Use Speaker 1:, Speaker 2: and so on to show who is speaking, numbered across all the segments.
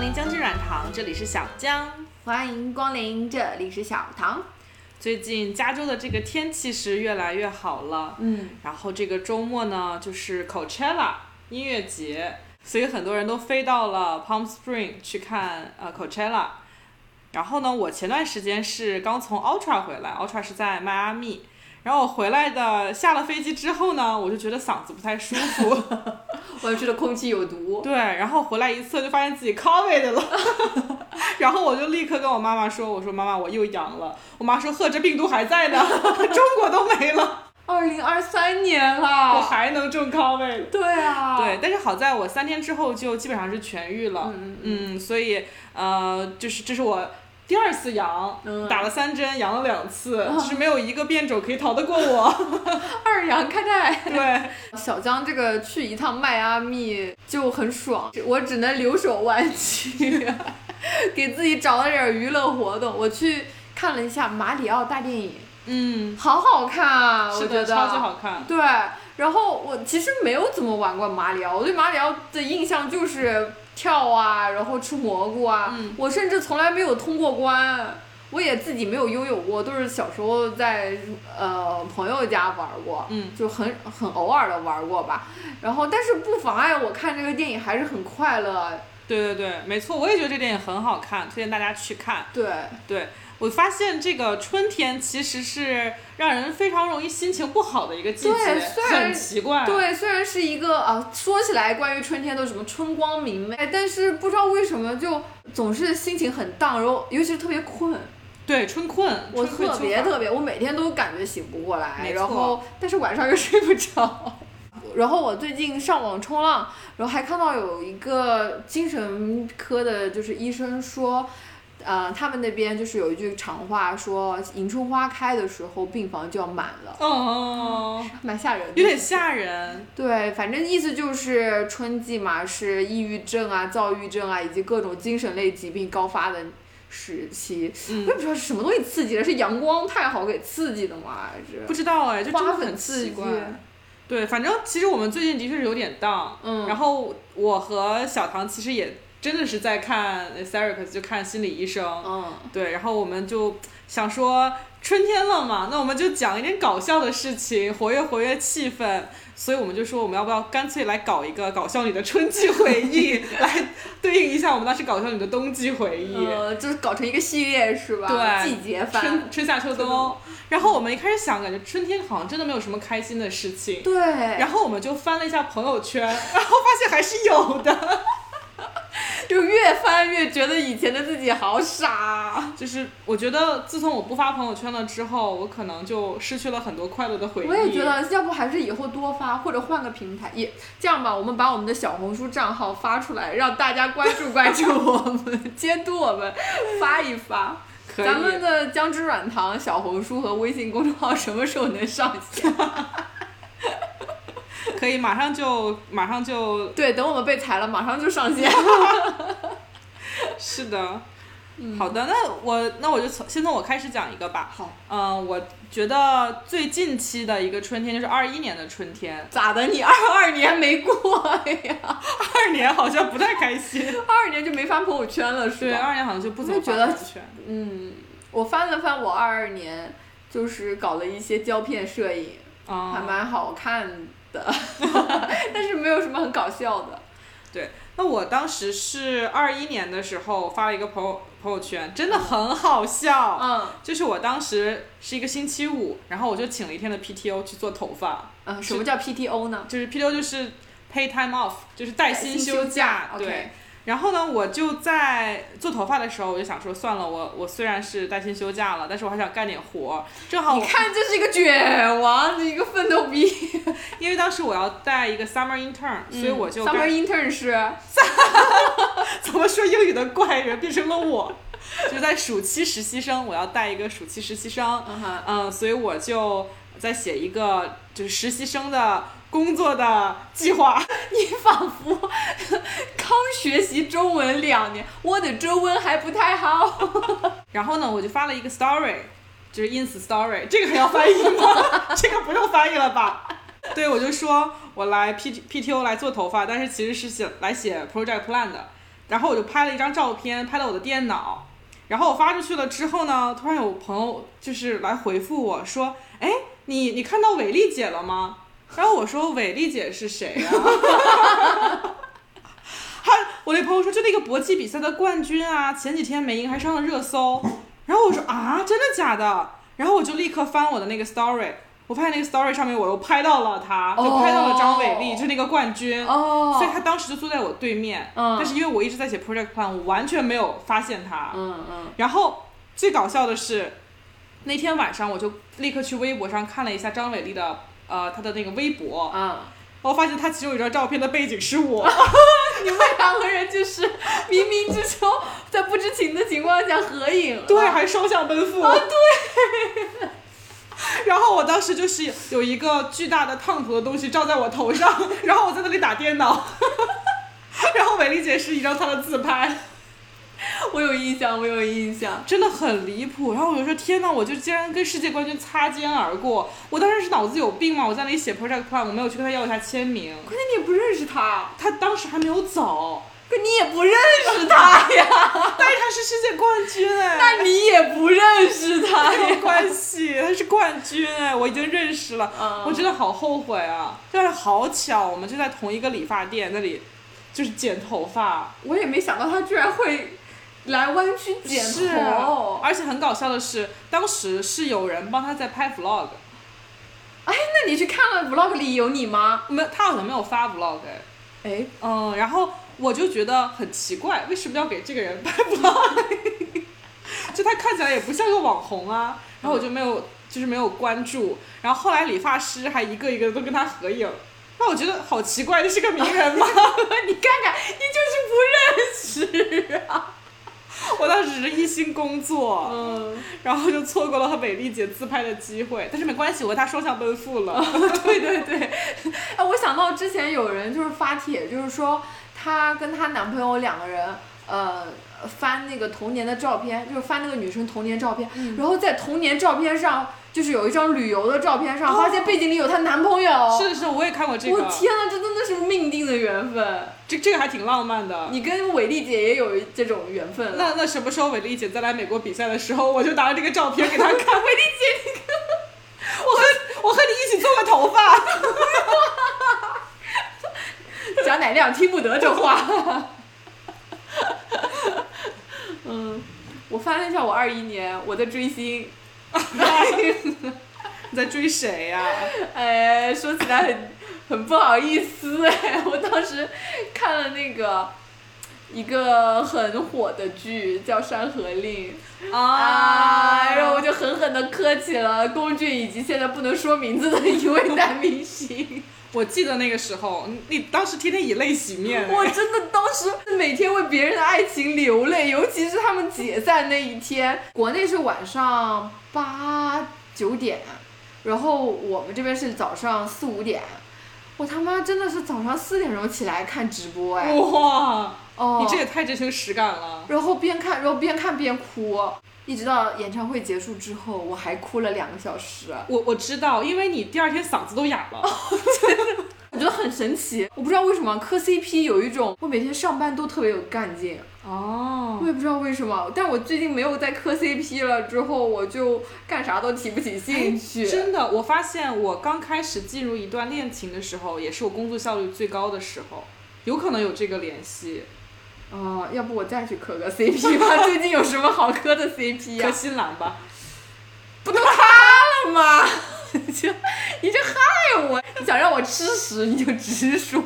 Speaker 1: 临将军软糖，这里是小江。
Speaker 2: 欢迎光临，这里是小唐。
Speaker 1: 最近加州的这个天气是越来越好了，
Speaker 2: 嗯，
Speaker 1: 然后这个周末呢就是 Coachella 音乐节，所以很多人都飞到了 Palm Spring 去看呃 Coachella。然后呢，我前段时间是刚从 Ultra 回来，Ultra 是在迈阿密。然后我回来的下了飞机之后呢，我就觉得嗓子不太舒服，
Speaker 2: 我觉得空气有毒。
Speaker 1: 对，然后回来一测就发现自己 COVID 了， 然后我就立刻跟我妈妈说，我说妈妈我又阳了，我妈说呵这病毒还在呢， 中国都没了，
Speaker 2: 二零二三年
Speaker 1: 我
Speaker 2: 了，
Speaker 1: 还能中 COVID。
Speaker 2: 对啊，
Speaker 1: 对，，但是好在我三天之后就基本上是痊愈了，嗯所以呃，就是这是我第二次阳，
Speaker 2: 嗯
Speaker 1: 打了三针，阳了两次，就是没有一个变种可以逃得过 我。
Speaker 2: 二阳开泰。
Speaker 1: 对，
Speaker 2: 小江这个去一趟迈阿密就很爽，我只能留守湾区， 给自己找了点娱乐活动。我去看了一下马里奥大电影，
Speaker 1: 嗯，
Speaker 2: 好好看啊，我
Speaker 1: 是
Speaker 2: 觉
Speaker 1: 的，
Speaker 2: 得
Speaker 1: 超级好看。
Speaker 2: 对，然后我其实没有怎么玩过马里奥，我对马里奥的印象就是跳啊，然后吃蘑菇啊，
Speaker 1: 嗯
Speaker 2: 我甚至从来没有通过关，我也自己没有拥有过，都是小时候在呃朋友家玩过，
Speaker 1: 嗯
Speaker 2: 就很很偶尔的玩过吧。然后，但是不妨碍我看这个电影还是很快乐，
Speaker 1: 对对对，没错，我也觉得这电影很好看，推荐大家去看。
Speaker 2: 对，
Speaker 1: 对，我发现这个春天其实是让人非常容易心情不好的一个季节
Speaker 2: 对虽，然
Speaker 1: 很奇怪。
Speaker 2: 对，虽然是一个啊，说起来关于春天的什么春光明媚，但是不知道为什么就总是心情很荡，然后尤其是特别困，
Speaker 1: 对春困，
Speaker 2: 我
Speaker 1: 春困
Speaker 2: 特别
Speaker 1: 秋乏
Speaker 2: 特别，我每天都感觉醒不过来，
Speaker 1: 没
Speaker 2: 然
Speaker 1: 错
Speaker 2: 后但是晚上又睡不着。然后我最近上网冲浪，然后还看到有一个精神科的，就是医生说，呃，他们那边就是有一句常话说，迎春花开的时候，病房就要满了，
Speaker 1: 哦，
Speaker 2: 蛮吓人的，
Speaker 1: 有点吓人。
Speaker 2: 对，反正意思就是春季嘛，是抑郁症啊、躁郁症啊，以及各种精神类疾病高发的时期。
Speaker 1: 嗯
Speaker 2: 我也不知道是什么东西刺激的，是阳光太好给刺激的吗？还是
Speaker 1: 不知道哎，就真
Speaker 2: 花
Speaker 1: 的
Speaker 2: 粉
Speaker 1: 很
Speaker 2: 刺
Speaker 1: 奇
Speaker 2: 激
Speaker 1: 怪。对，反正其实我们最近的确是有点荡，
Speaker 2: 嗯
Speaker 1: 然后我和小唐其实也真的是在看 s e r i c 就看心理医生，
Speaker 2: 嗯，
Speaker 1: 对，然后我们就想说春天了嘛，那我们就讲一点搞笑的事情，活跃活跃气氛。所以我们就说，我们要不要干脆来搞一个搞笑女的春季回忆， 来对应一下我们当时搞笑女的冬季回忆，
Speaker 2: 呃，就是搞成一个系列是吧？
Speaker 1: 对
Speaker 2: 季节番
Speaker 1: 春。春夏秋
Speaker 2: 春
Speaker 1: 冬
Speaker 2: 冬。
Speaker 1: 然后我们一开始想，感觉春天好像真的没有什么开心的事情。
Speaker 2: 对，
Speaker 1: 然后我们就翻了一下朋友圈，然后发现还是有 的，
Speaker 2: 就越翻越觉得以前的自己好傻。
Speaker 1: 就是我觉得自从我不发朋友圈了之后，我可能就失去了很多快乐的回忆。
Speaker 2: 我也觉得，要不还是以后多发，或者换个平台，也这样吧。我们把我们的小红书账号发出来，让大家关注关注我们，监督我们，发一发。
Speaker 1: 可以
Speaker 2: 咱们的姜汁软糖小红书和微信公众号什么时候能上线？
Speaker 1: 可以，马上就马上就
Speaker 2: 对，等我们被裁了，马上就上线。
Speaker 1: 是的。好的，那我那我就从先从我开始讲一个吧。
Speaker 2: 好，，
Speaker 1: 嗯、我觉得最近期的一个春天就是二一年的春天
Speaker 2: 咋的？你二二年没过呀？
Speaker 1: 二年好像不太开心。
Speaker 2: 二二年就没发朋友圈了是
Speaker 1: 对，
Speaker 2: 吧？
Speaker 1: 二年好像就不怎么
Speaker 2: 我就觉
Speaker 1: 发
Speaker 2: 得
Speaker 1: 朋友圈
Speaker 2: 嗯，我翻了翻我二二年，就是搞了一些胶片摄影。还
Speaker 1: 啊。
Speaker 2: 蛮好看的，但是没有什么很搞笑的。
Speaker 1: 那我当时是二一年的时候发了一个朋友朋友圈，真的很好笑。
Speaker 2: 嗯
Speaker 1: 就是我当时是一个星期五，然后我就请了一天的 PTO 去做头发。
Speaker 2: 呃，什么叫 PTO 呢？
Speaker 1: 就是 PTO 就是 pay time off，就是带薪
Speaker 2: 休
Speaker 1: 假，
Speaker 2: OK
Speaker 1: 对。然后呢，我就在做头发的时候，我就想说，算了，我我虽然是带薪休假了，但是我还想干点活儿。正好
Speaker 2: 你
Speaker 1: 我，
Speaker 2: 看，这是一个卷王，你一个奋斗逼。
Speaker 1: 因为当时我要带一个 summer intern，、所以我就
Speaker 2: 嗯 summer
Speaker 1: 干
Speaker 2: intern 是
Speaker 1: 怎么说英语的怪人变成了我， 就在暑期实习生，我要带一个暑期实习生，
Speaker 2: 嗯哼
Speaker 1: 嗯，所以我就在写一个就是实习生的工作的计划。
Speaker 2: 你仿佛刚学习中文两年，我的中文还不太好。
Speaker 1: 然后呢，我就发了一个 story，就是 ins story，这个还要翻译吗？这个不用翻译了吧？对，我就说我来 P P T O 来做头发，但是其实是写来写 project plan 的。然后我就拍了一张照片，拍到我的电脑，然后我发出去了之后呢，突然有朋友就是来回复我说，哎，你你看到伟丽姐了吗？然后我说伟丽姐是谁呀、 他我那朋友说就那个搏击比赛的冠军啊，前几天美英还上了热搜。然后我说啊，真的假的？然后我就立刻翻我的那个 story，我发现那个 story 上面我又拍到了他，就拍到了张伟丽，
Speaker 2: 哦
Speaker 1: 就是那个冠军。
Speaker 2: 哦，
Speaker 1: 所以他当时就坐在我对面，
Speaker 2: 嗯
Speaker 1: 但是因为我一直在写 project plan，我完全没有发现他。
Speaker 2: 嗯嗯，
Speaker 1: 然后最搞笑的是，那天晚上我就立刻去微博上看了一下张伟丽的呃她的那个微博，
Speaker 2: 啊，
Speaker 1: 我发现她其中有一张照片的背景是 我。
Speaker 2: 你们两个人就是冥冥之中在不知情的情况下合影了，
Speaker 1: 对，还双向奔赴。
Speaker 2: 哦
Speaker 1: 啊，对。 然后我当时就是有有一个巨大的烫头的东西罩在我头上， 然后我在那里打电脑， 然后美丽姐是一张她的自拍，
Speaker 2: 我有印象，我有印象。
Speaker 1: 真的很离谱。然后我就说天呐，我就竟然跟世界冠军擦肩而过，我当时是脑子有病吗？我在那里写 project plan，我没有去跟他要一下签名，
Speaker 2: 关键你也不认识他，啊
Speaker 1: 他当时还没有走，
Speaker 2: 可你也不认识他 呀，
Speaker 1: 啊但是他是世界冠军哎。
Speaker 2: 但你也不认识他
Speaker 1: 没有
Speaker 2: 呀。
Speaker 1: 关系，他是冠军哎，我已经认识了，
Speaker 2: 嗯
Speaker 1: 我真的好后悔啊！但是好巧，我们就在同一个理发店那里，就是剪头发，
Speaker 2: 我也没想到他居然会来湾区剪
Speaker 1: 是啊
Speaker 2: 头。
Speaker 1: 而且很搞笑的是，当时是有人帮他在拍 vlog，
Speaker 2: 哎，那你去看了 vlog 里有你吗？
Speaker 1: 没有，他好像没有发 vlog 哎，
Speaker 2: 哎，
Speaker 1: 嗯，然后我就觉得很奇怪，为什么要给这个人拍 vlog？就 他看起来也不像个网红啊，然后我就没有，就是没有关注。然后后来理发师还一个一个都跟他合影，那我觉得好奇怪，这是个名人吗？
Speaker 2: 哎你看看，你就是不认识啊。
Speaker 1: 我当时只是一心工作，
Speaker 2: 嗯，
Speaker 1: 然后就错过了和美丽姐自拍的机会。但是没关系，我和她双向奔赴了。
Speaker 2: 对对对。哎，我想到之前有人就是发帖，就是说她跟她男朋友两个人，呃，翻那个童年的照片，就是翻那个女生童年照片，然后在童年照片上，就是有一张旅游的照片上，
Speaker 1: 哦
Speaker 2: 发现背景里有她男朋友。
Speaker 1: 是的是的，我也看过这
Speaker 2: 哦我
Speaker 1: 个，
Speaker 2: 天呐，这真的是命定的缘分！
Speaker 1: 这这个还挺浪漫的。
Speaker 2: 你跟伟丽姐也有这种缘分啊了。
Speaker 1: 那那什么时候美丽姐再来美国比赛的时候，我就拿着这个照片给她看。 美丽姐，你看，我和我和你一起做个头发。
Speaker 2: 贾乃亮听不得这话。 嗯，我翻了一下我二一年我在追星，
Speaker 1: 你在追谁啊 呀、
Speaker 2: 哎，说起来很很不好意思 哎，我当时看了那个。一个很火的剧叫《山河令》啊，
Speaker 1: 哎
Speaker 2: 然后我就狠狠的磕起了龚俊以及现在不能说名字的一位男明 星。
Speaker 1: 我记得那个时候，你你当时天天以泪洗面。
Speaker 2: 我真的当时每天为别人的爱情流泪，尤其是他们解散那一天，国内是晚上八九点，然后我们这边是早上四五点。我他妈真的是早上四点钟起来看直播哎，
Speaker 1: 哇，
Speaker 2: 哦，
Speaker 1: 你这也太真情实感了。
Speaker 2: 然后边看，然后边看边哭，一直到演唱会结束之后，我还哭了两个小时。
Speaker 1: 我我知道，因为你第二天嗓子都哑了。
Speaker 2: 我觉得很神奇，我不知道为什么磕 CP 有一种我每天上班都特别有干劲，
Speaker 1: 哦
Speaker 2: 我也不知道为什么，但我最近没有再磕 CP 了，之后我就干啥都提不起兴趣。
Speaker 1: 真的，我发现我刚开始进入一段恋情的时候，也是我工作效率最高的时候，有可能有这个联系。
Speaker 2: 哦，要不我再去磕个 CP 吧？ 最近有什么好磕的 CP 呀、
Speaker 1: 磕新郎吧，
Speaker 2: 不都他了吗？ 你这你这害我！你想让我吃屎你就直说。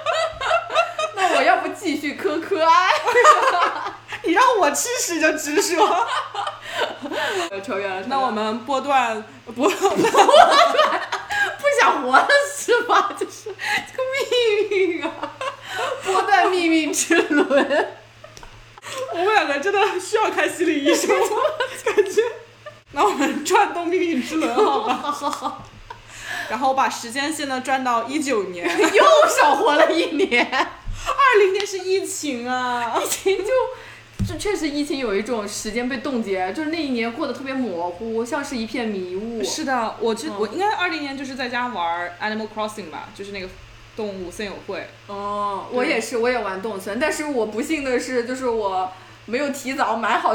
Speaker 2: 那我要不继续磕磕哀？
Speaker 1: 你让我吃屎就直说。
Speaker 2: 呃扯远了，扯远了
Speaker 1: 那我们波段 不，
Speaker 2: 不想活了是吧？ 就是这个命运 啊，波段命运之轮。
Speaker 1: 我们两个真的需要看心理医 生吗？感觉。那我们转动命运之轮好吧？
Speaker 2: 好好好。
Speaker 1: 然后我把时间线呢转到一九年，
Speaker 2: 又少活了一年。
Speaker 1: 二零年是疫情啊。
Speaker 2: 疫情 就，这确实疫情有一种时间被冻结，就是那一年过得特别模糊，像是一片迷雾。
Speaker 1: 是的，我就、
Speaker 2: 嗯
Speaker 1: 我应该二零年就是在家玩儿 Animal Crossing 吧，就是那个动物森友会，
Speaker 2: 哦，我
Speaker 1: 对
Speaker 2: 也是，我也玩动森，但是我不幸的是，就是我没有提早买好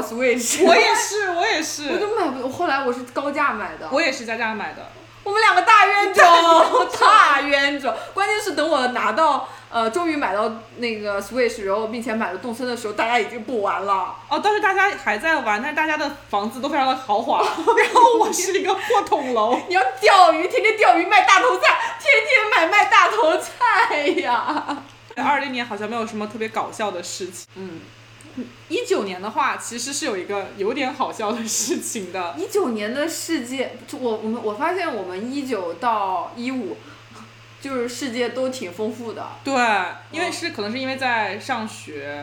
Speaker 2: Switch，
Speaker 1: 我也是，我也是，
Speaker 2: 我就买不，后来我是高价买的，
Speaker 1: 我也是在家买的。
Speaker 2: 我们两个大冤种， 大冤种。关键是等我拿到呃，终于买到那个 Switch，然后并且买了动森的时候，大家已经不玩了。
Speaker 1: 哦，当时大家还在玩，但是大家的房子都非常的豪 华，然后我是一个破筒楼。
Speaker 2: 你要钓鱼，天天钓鱼卖大头菜，天天买卖大头菜呀。
Speaker 1: 二零年好像没有什么特别搞笑的事情。
Speaker 2: 嗯，
Speaker 1: 一九年的话，其实是有一个有点好笑的事情的。
Speaker 2: 一九年的世界，就我我们我发现我们一九到一五，就是世界都挺丰富的。
Speaker 1: 对，因为是、可能是因为在上学，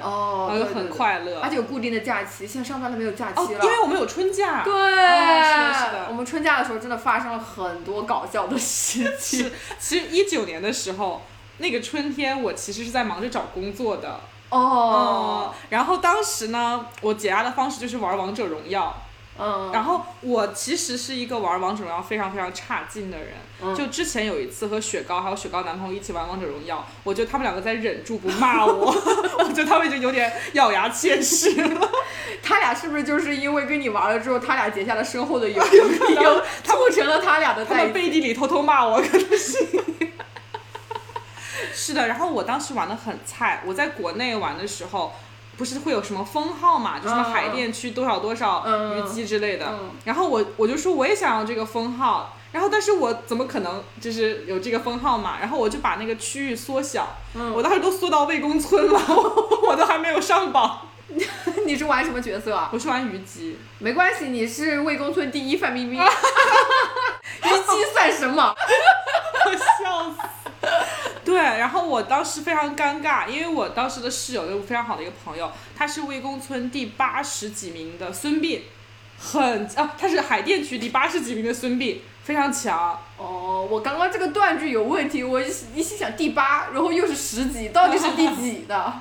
Speaker 1: 然后
Speaker 2: 哦，对
Speaker 1: 又
Speaker 2: 对
Speaker 1: 很
Speaker 2: 对
Speaker 1: 快乐。
Speaker 2: 而且有固定的假期，现在上班都没有假
Speaker 1: 哦，
Speaker 2: 期了。
Speaker 1: 因为我们有春假。
Speaker 2: 对、
Speaker 1: 哦是的是的
Speaker 2: 我们春假的时候真的发生了很多搞笑的事情。
Speaker 1: 是，其实一九年的时候，那个春天我其实是在忙着找工作的。嗯
Speaker 2: 哦，
Speaker 1: 然后当时呢，我解压的方式就是玩王者荣耀。
Speaker 2: 嗯，
Speaker 1: 然后我其实是一个玩王者荣耀非常非常差劲的人，
Speaker 2: 嗯
Speaker 1: 就之前有一次和雪糕还有雪糕男朋友一起玩王者荣耀，我觉得他们两个在忍住不骂我， 我觉得他们已经有点咬牙切齿了。
Speaker 2: 他俩是不是就是因为跟你玩了之后，他俩结下了深厚的 友谊，又促成了他俩的
Speaker 1: 他
Speaker 2: 在
Speaker 1: 们
Speaker 2: 一起？
Speaker 1: 背地里偷偷骂我，可能是。 是的，然后我当时玩的很菜，我在国内玩的时候，不是会有什么封号嘛，就什么
Speaker 2: 嗯
Speaker 1: 海淀区多少多少
Speaker 2: 嗯
Speaker 1: 虞姬之类的，
Speaker 2: 嗯
Speaker 1: 然后我我就说我也想要这个封号，然后但是我怎么可能就是有这个封号嘛？然后我就把那个区域缩小，
Speaker 2: 嗯
Speaker 1: 我当时都缩到魏公村了，我我都还没有上榜。
Speaker 2: 你是玩什么角色啊？
Speaker 1: 我是玩虞姬，
Speaker 2: 没关系，你是魏公村第一范 冰冰，虞姬算什么？
Speaker 1: 我笑死。 对，然后我当时非常尴尬，因为我当时的室友有非常好的一个朋友，他是魏公村第八十几名的孙膑，很啊，他是海淀区第八十几名的孙膑，非常强。
Speaker 2: 哦，我刚刚这个断句有问题，我一一心想第八，然后又是十几，到底是第几的？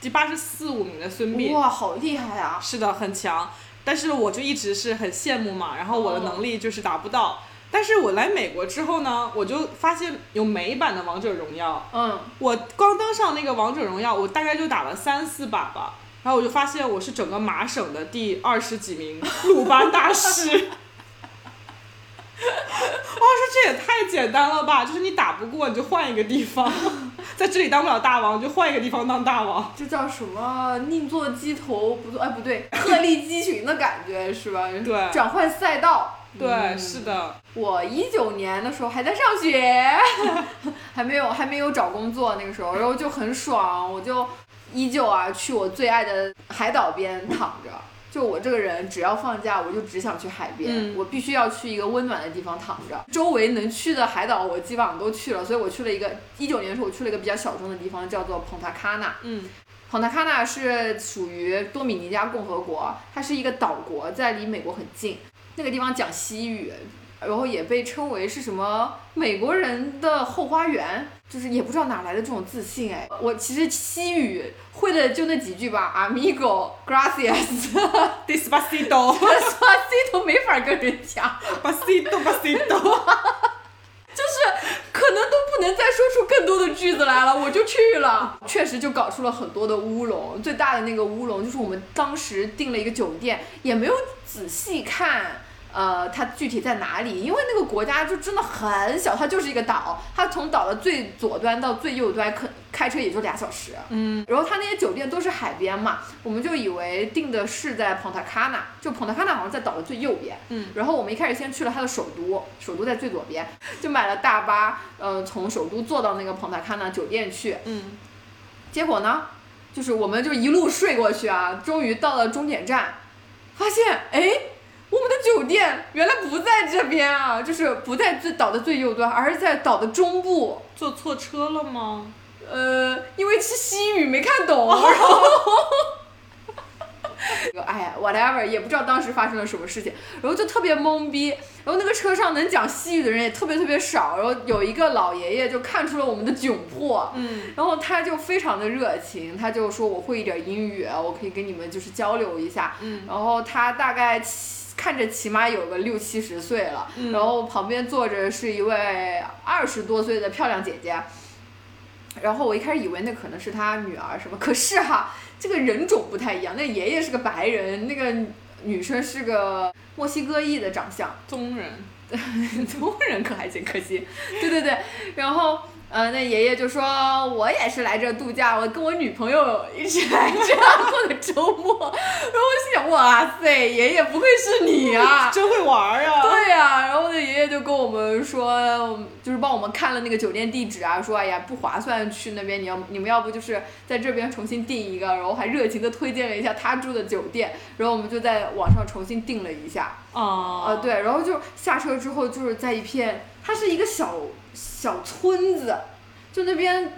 Speaker 1: 第八十四五名的孙膑，
Speaker 2: 哇，好厉害啊！
Speaker 1: 是的，很强。但是我就一直是很羡慕嘛，然后我的能力就是达不到。但是我来美国之后呢，我就发现有美版的王者荣耀。
Speaker 2: 嗯，
Speaker 1: 我刚登上那个王者荣耀，我大概就打了三四把吧，然后我就发现我是整个麻省的第二十几名鲁班大师。我说这也太简单了吧！就是你打不过你就换一个地方， 在这里当不了大王就换一个地方当大王。
Speaker 2: 这叫什么？宁做鸡头不做，哎，不对，鹤立鸡群的感觉是吧？
Speaker 1: 对
Speaker 2: 转换赛道。
Speaker 1: 对，
Speaker 2: 嗯
Speaker 1: 是的。
Speaker 2: 我一九年的时候还在上学， 还没有还没有找工作那个时候，然后就很爽，我就依旧啊去我最爱的海岛边躺着。就我这个人，只要放假我就只想去海边，
Speaker 1: 嗯
Speaker 2: 我必须要去一个温暖的地方躺着。周围能去的海岛我基本上都去了，所以我去了一个一九年的时候我去了一个比较小众的地方，叫做蓬塔卡纳。
Speaker 1: 嗯
Speaker 2: 蓬塔卡纳是属于多米尼加共和国，它是一个岛国，在离美国很近。那个地方讲西语，然后也被称为是什么美国人的后花园，就是也不知道哪来的这种自信哎。我其实西语会的就那几句吧，amigo gracias，
Speaker 1: ，Despacito。
Speaker 2: 巴西都没法跟人讲，
Speaker 1: Pasito pasito，
Speaker 2: 可能都不能再说出更多的句子来了，我就去了，确实就搞出了很多的乌龙。最大的那个乌龙就是我们当时订了一个酒店，也没有仔细看。呃，它具体在哪里？因为那个国家就真的很小，它就是一个岛，它从岛的最左端到最右端，可开车也就俩小时。
Speaker 1: 嗯，
Speaker 2: 然后它那些酒店都是海边嘛，我们就以为订的是在蓬塔卡纳，就蓬塔卡纳好像在岛的最右边。
Speaker 1: 嗯，
Speaker 2: 然后我们一开始先去了它的首都，首都在最左边，就买了大巴，呃，从首都坐到那个蓬塔卡纳酒店去。
Speaker 1: 嗯，
Speaker 2: 结果呢，就是我们就一路睡过去啊，终于到了终点站，发现哎，我们的酒店原来不在这边啊，就是不在最岛的最右端，而是在岛的中部。
Speaker 1: 坐错车了吗？
Speaker 2: 呃，因为是西语没看懂，然后。哎呀，whatever，也不知道当时发生了什么事情，然后就特别懵逼。然后那个车上能讲西语的人也特别特别少。然后有一个老爷爷就看出了我们的窘迫，
Speaker 1: 嗯，
Speaker 2: 然后他就非常的热情，他就说我会一点英语，啊我可以跟你们就是交流一下。
Speaker 1: 嗯，
Speaker 2: 然后他大概起看着起码有个六七十岁了，
Speaker 1: 嗯
Speaker 2: 然后旁边坐着是一位二十多岁的漂亮姐姐。然后我一开始以为那可能是他女儿什么，可是哈，这个人种不太一样，那爷爷是个白人，那个女生是个墨西哥裔的长相，
Speaker 1: 中人，
Speaker 2: 中国人可还行，可惜。对对对，然后呃，那爷爷就说，我也是来这度假，我跟我女朋友一起来这过的周末。 然后我心想，哇塞，爷爷不愧是 你啊！
Speaker 1: 真会玩儿啊！
Speaker 2: 对呀、然后那爷爷就跟我们说，就是帮我们看了那个酒店地址啊，说哎呀不划算去那边，你要你们要不就是在这边重新订一个，然后还热情的推荐了一下他住的酒店，然后我们就在网上重新订了一下，
Speaker 1: 啊、
Speaker 2: 啊，对，然后就下车之后就是在一片，它是一个小小村子，就那边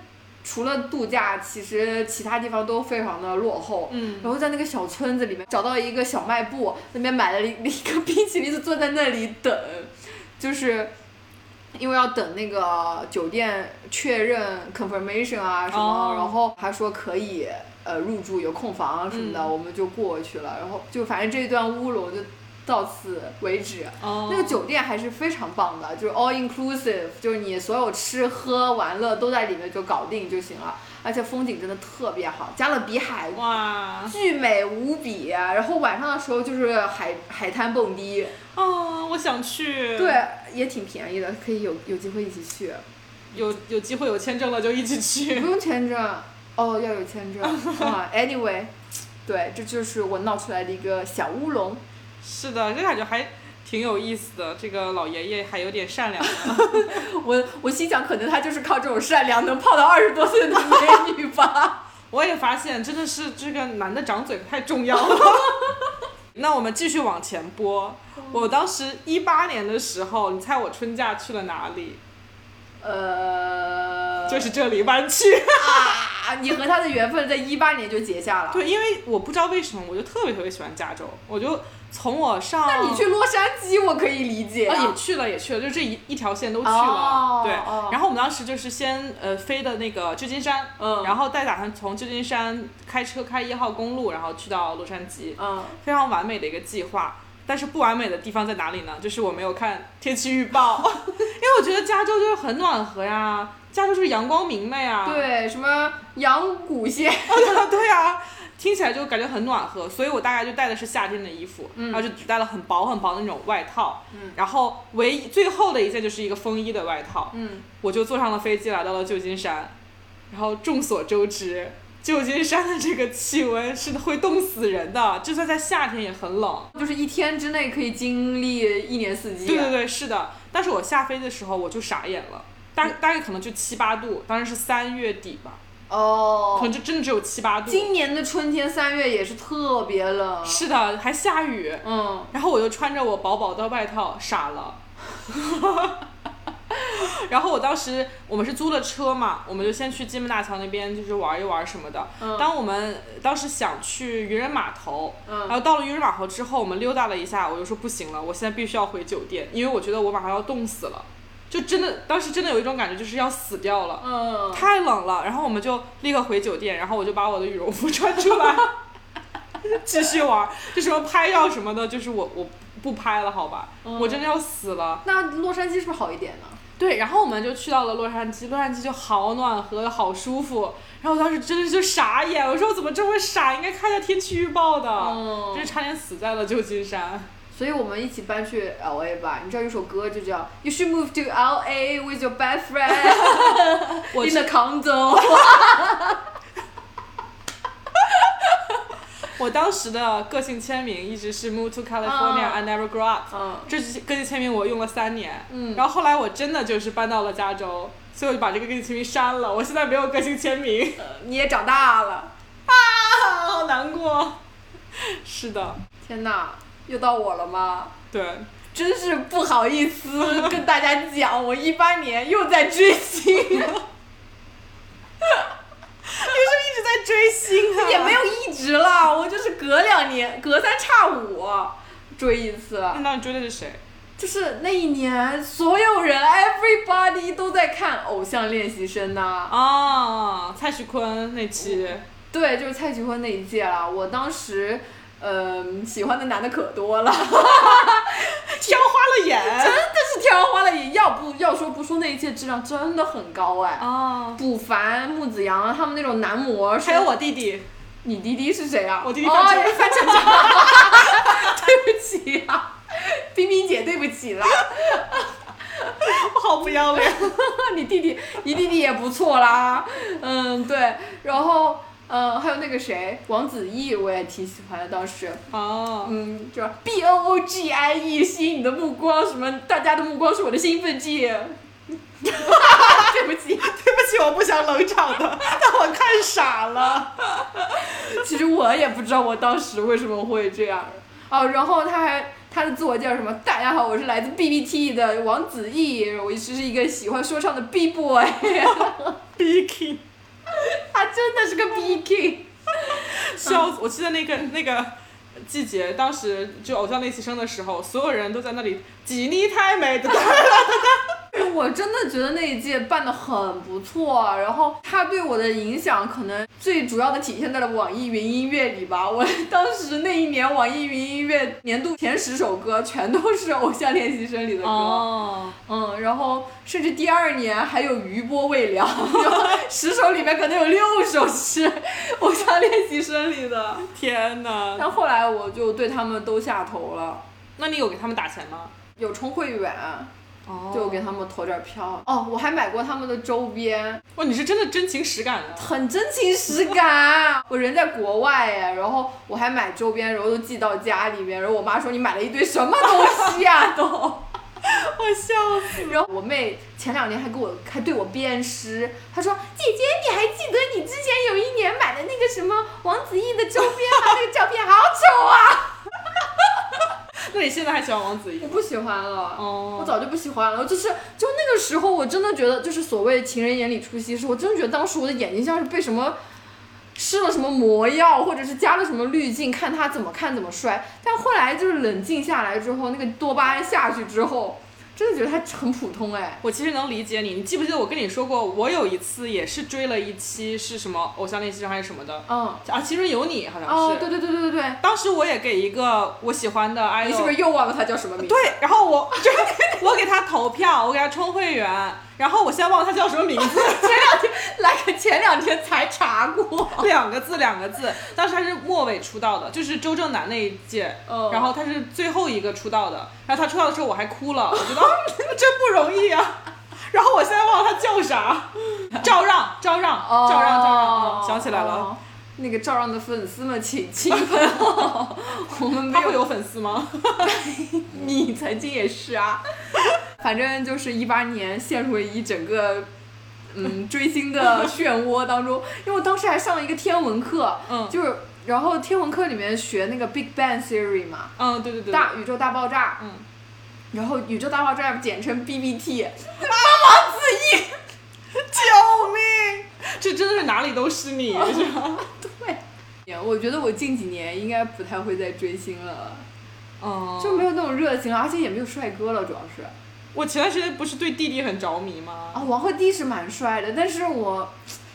Speaker 2: 除了度假，其实其他地方都非常的落后。
Speaker 1: 嗯，
Speaker 2: 然后在那个小村子里面找到一个小卖部，那边买了一 一个冰淇淋，就坐在那里等，就是因为要等那个酒店确认 confirmation 啊什么，
Speaker 1: 哦
Speaker 2: 然后他说可以呃入住有空房啊什么的，
Speaker 1: 嗯
Speaker 2: 我们就过去了，然后就反正这一段乌龙就到此为止。
Speaker 1: 哦，
Speaker 2: 那个酒店还是非常棒的，就是 all inclusive，就是你所有吃喝玩乐都在里面就搞定就行了，而且风景真的特别好，加勒比海
Speaker 1: 哇，
Speaker 2: 巨美无比，啊然后晚上的时候就是海海滩蹦迪，
Speaker 1: 啊，我想去。，
Speaker 2: 对，也挺便宜的，可以有有机会一起去，
Speaker 1: 有有机会有签证了就一起去。
Speaker 2: 不用签证，哦，要有签证啊，anyway，对，这就是我闹出来的一个小乌龙，
Speaker 1: 是的，这感觉还挺有意思的。这个老爷爷还有点善良。
Speaker 2: 我我心想可能他就是靠这种善良能泡到二十多岁的美女吧。
Speaker 1: 我也发现，真的是这个男的长嘴太重要了。 那我们继续往前播。我当时一八年的时候，你猜我春假去了哪里？
Speaker 2: 呃，
Speaker 1: 就是这里湾区。
Speaker 2: 啊，你和他的缘分在一八年就结下了。
Speaker 1: 对，因为我不知道为什么，我就特别特别喜欢加州。我就从我上，
Speaker 2: 那你去洛杉矶，我可以理解
Speaker 1: 啊，也
Speaker 2: 啊。
Speaker 1: 去了，也去了，就这一一条线都去了。
Speaker 2: 哦
Speaker 1: 对，
Speaker 2: 哦
Speaker 1: 然后我们当时就是先呃飞的那个旧金山，
Speaker 2: 嗯
Speaker 1: 哦然后再打算从旧金山开车开一号公路，然后去到洛杉矶，
Speaker 2: 嗯，
Speaker 1: 非常完美的一个计划。但是不完美的地方在哪里呢？就是我没有看天气预报， 因为我觉得加州就是很暖和呀，加州就是阳光明媚啊。
Speaker 2: 对，什么阳谷 县，
Speaker 1: 对啊，听起来就感觉很暖和，所以我大概就带的是夏天的衣服，
Speaker 2: 嗯
Speaker 1: 然后就只带了很薄很薄的那种外套，然后唯一最后的一件就是一个风衣的外套，
Speaker 2: 嗯，
Speaker 1: 我就坐上了飞机来到了旧金山，然后众所周知。旧金山的这个气温是会冻死人的，就算在夏天也很冷。
Speaker 2: 就是一天之内可以经历一年四季。啊
Speaker 1: 对对对，是的。但是我下飞的时候我就傻眼了，大
Speaker 2: 嗯
Speaker 1: 大概可能就七八度，当然是三月底吧，可
Speaker 2: 哦
Speaker 1: 能，就真的只有七八度。
Speaker 2: 今年的春天三月也是特别冷。
Speaker 1: 是的，还下雨。
Speaker 2: 嗯，
Speaker 1: 然后我就穿着我薄薄的外套傻了。 然后我当时我们是租了车嘛，我们就先去金门大桥那边就是玩一玩什么的。
Speaker 2: 嗯
Speaker 1: 当我们当时想去渔人码头，
Speaker 2: 嗯
Speaker 1: 然后到了渔人码头之后，我们溜达了一下，我就说不行了，我现在必须要回酒店，因为我觉得我马上要冻死了，就真的当时真的有一种感觉就是要死掉了。
Speaker 2: 嗯，
Speaker 1: 太冷了，然后我们就立刻回酒店，然后我就把我的羽绒服 穿出来，继续玩儿，就什么拍照什么的，就是我我不拍了，好吧，我真的要死了。
Speaker 2: 那洛杉矶是不是好一点呢？
Speaker 1: 对，然后我们就去到了洛杉矶，洛杉矶就好暖和，好舒服。然后我当时真的就傻眼，我说我怎么这么傻，应该看一下天气预报的，
Speaker 2: 嗯
Speaker 1: 真是差点死在了旧金山。
Speaker 2: 所以我们一起搬去 L A 吧。你知道有首歌就叫 You should move to L A with your best friend
Speaker 1: 我
Speaker 2: in the condo。
Speaker 1: 我当时的个性签名一直是 Move to California, I never grow up。
Speaker 2: 嗯
Speaker 1: 这支个性签名我用了三年，
Speaker 2: 嗯
Speaker 1: 然后后来我真的就是搬到了加州，所以我就把这个个性签名删了，我现在没有个性签 名，
Speaker 2: 你也长大了，
Speaker 1: 啊，好难过。是的，
Speaker 2: 天哪，又到我了吗？
Speaker 1: 对，
Speaker 2: 真是不好意思跟大家讲，我一八年又在追星，
Speaker 1: 一直在追星啊，
Speaker 2: 也没。有一直了，我就是隔两年，隔三差五追一次。
Speaker 1: 那到底追的是谁？
Speaker 2: 就是那一年，所有人 everybody 都在看《偶像练习生》呐。
Speaker 1: 啊，蔡徐坤那期，
Speaker 2: 对，就是蔡徐坤那一届啦。我当时，嗯、喜欢的男的可多了，
Speaker 1: 挑花了眼。
Speaker 2: 真的是天花乱坠，要要不要说不说那一届质量真的很高哎，
Speaker 1: 哦，
Speaker 2: 卜凡、木子洋他们那种男模是，
Speaker 1: 还有我弟弟，
Speaker 2: 你弟弟是谁啊？
Speaker 1: 我弟弟
Speaker 2: 哦
Speaker 1: 范丞
Speaker 2: 范丞丞， 对不起啊，冰冰姐对不起啦，
Speaker 1: 我 好不要脸。
Speaker 2: 你弟弟你弟弟也不错啦，嗯对，然后嗯还有那个谁王子异我也挺喜欢的当时，
Speaker 1: 哦，
Speaker 2: 嗯，就是 B O O G I E，吸引你的目光，什么大家的目光是我的兴奋剂。 对不起，
Speaker 1: 对不起，我不想冷场的， 但我看傻了。
Speaker 2: 其实我也不知道我当时为什么会这样。哦，然后他还他的自我介绍什么？大家好，我是来自 B B T 的王子异，我是一个喜欢说唱的 B boy，
Speaker 1: B K，
Speaker 2: 他真的是个 B K。
Speaker 1: 笑死！我记得那个那个季节，当时就偶像练习生的时候，所有人都在那里吉你太美的，
Speaker 2: 我真的觉得那一届办的很不错，啊然后他对我的影响可能最主要的体现在了网易云音乐里吧。我 当时那一年网易云音乐年度前十首歌全都是《偶像练习生》里的歌，
Speaker 1: 哦，
Speaker 2: 嗯，然后甚至第二年还有余波未 了，就十首里面可能有六首是《偶像练习生》里的。
Speaker 1: 天哪！
Speaker 2: 但后来我就对他们都下头了，
Speaker 1: 那你有给他们打钱吗？
Speaker 2: 有充会员。
Speaker 1: 哦
Speaker 2: 就给他们投点儿票哦，我还买过他们的周边，
Speaker 1: 哇，你是真的真情实感啊！
Speaker 2: 很真情实感。我人在国外哎，然后我还买周边，然后都寄到家里面。然后我妈说你买了一堆什么东西呀、都。
Speaker 1: 我笑死！
Speaker 2: 然后我妹前两年还给我还对我鞭尸，她说姐姐你还记得你之前有一年买的那个什么王子异的周边吗？那个照片好丑啊！
Speaker 1: 那你现在还喜欢王子异
Speaker 2: 我？不喜欢了。我
Speaker 1: 哦，
Speaker 2: 早就不喜欢了，就是就那个时候，我真的觉得就是所谓情人眼里出西施，我真的觉得当时我的眼睛像是被什么施了什么魔药，或者是加了什么滤镜，看他怎么看怎么帅。但后来就是冷静下来之后，那个多巴胺下去之后，真的觉得他很普通哎。
Speaker 1: 我其实能理解你。你记不记得我跟你说过，我有一次也是追了一期是什么偶像练习生还是什么的
Speaker 2: 嗯，
Speaker 1: 啊？青春有你好像是。
Speaker 2: 哦，对对对对对对，
Speaker 1: 当时我也给一个我喜欢的 idol，
Speaker 2: 你是不是又忘了他叫什么 名字？
Speaker 1: 对，然后我就我给他投票，我给他充会员，然后我现在忘了他叫什么名字，
Speaker 2: 前两天来个前两天才查过。
Speaker 1: 两个字两个字。当时他是末尾出道的，就是周震南那一届，
Speaker 2: 嗯
Speaker 1: 然后他是最后一个出道的，然后他出道的时候我还哭了，我觉得啊 真不容易啊。然后我现在忘了他叫啥，赵让，赵让，
Speaker 2: 哦，
Speaker 1: 赵让，赵让，嗯想起来了。
Speaker 2: 哦那个赵让的粉丝们，请 气愤哦！我们没
Speaker 1: 他会
Speaker 2: 有，
Speaker 1: 有粉丝吗？
Speaker 2: 你曾经也是啊。反正就是一八年陷入了一整个嗯追星的漩涡当中，因为我当时还上了一个天文课，
Speaker 1: 嗯
Speaker 2: 就是然后天文课里面学那个 Big Bang Theory 嘛，
Speaker 1: 嗯，对对对，
Speaker 2: 大宇宙大爆炸，
Speaker 1: 嗯，
Speaker 2: 然后宇宙大爆炸简称 BBT，
Speaker 1: 救命！这真的是哪里都是 你，是吧？
Speaker 2: 我觉得我近几年应该不太会再追星了。
Speaker 1: 嗯，
Speaker 2: 就没有那种热情了，而且也没有帅哥了，主要是啊，
Speaker 1: 我前段时间不是对弟弟很着迷吗？
Speaker 2: 王鹤棣是蛮帅的，但是我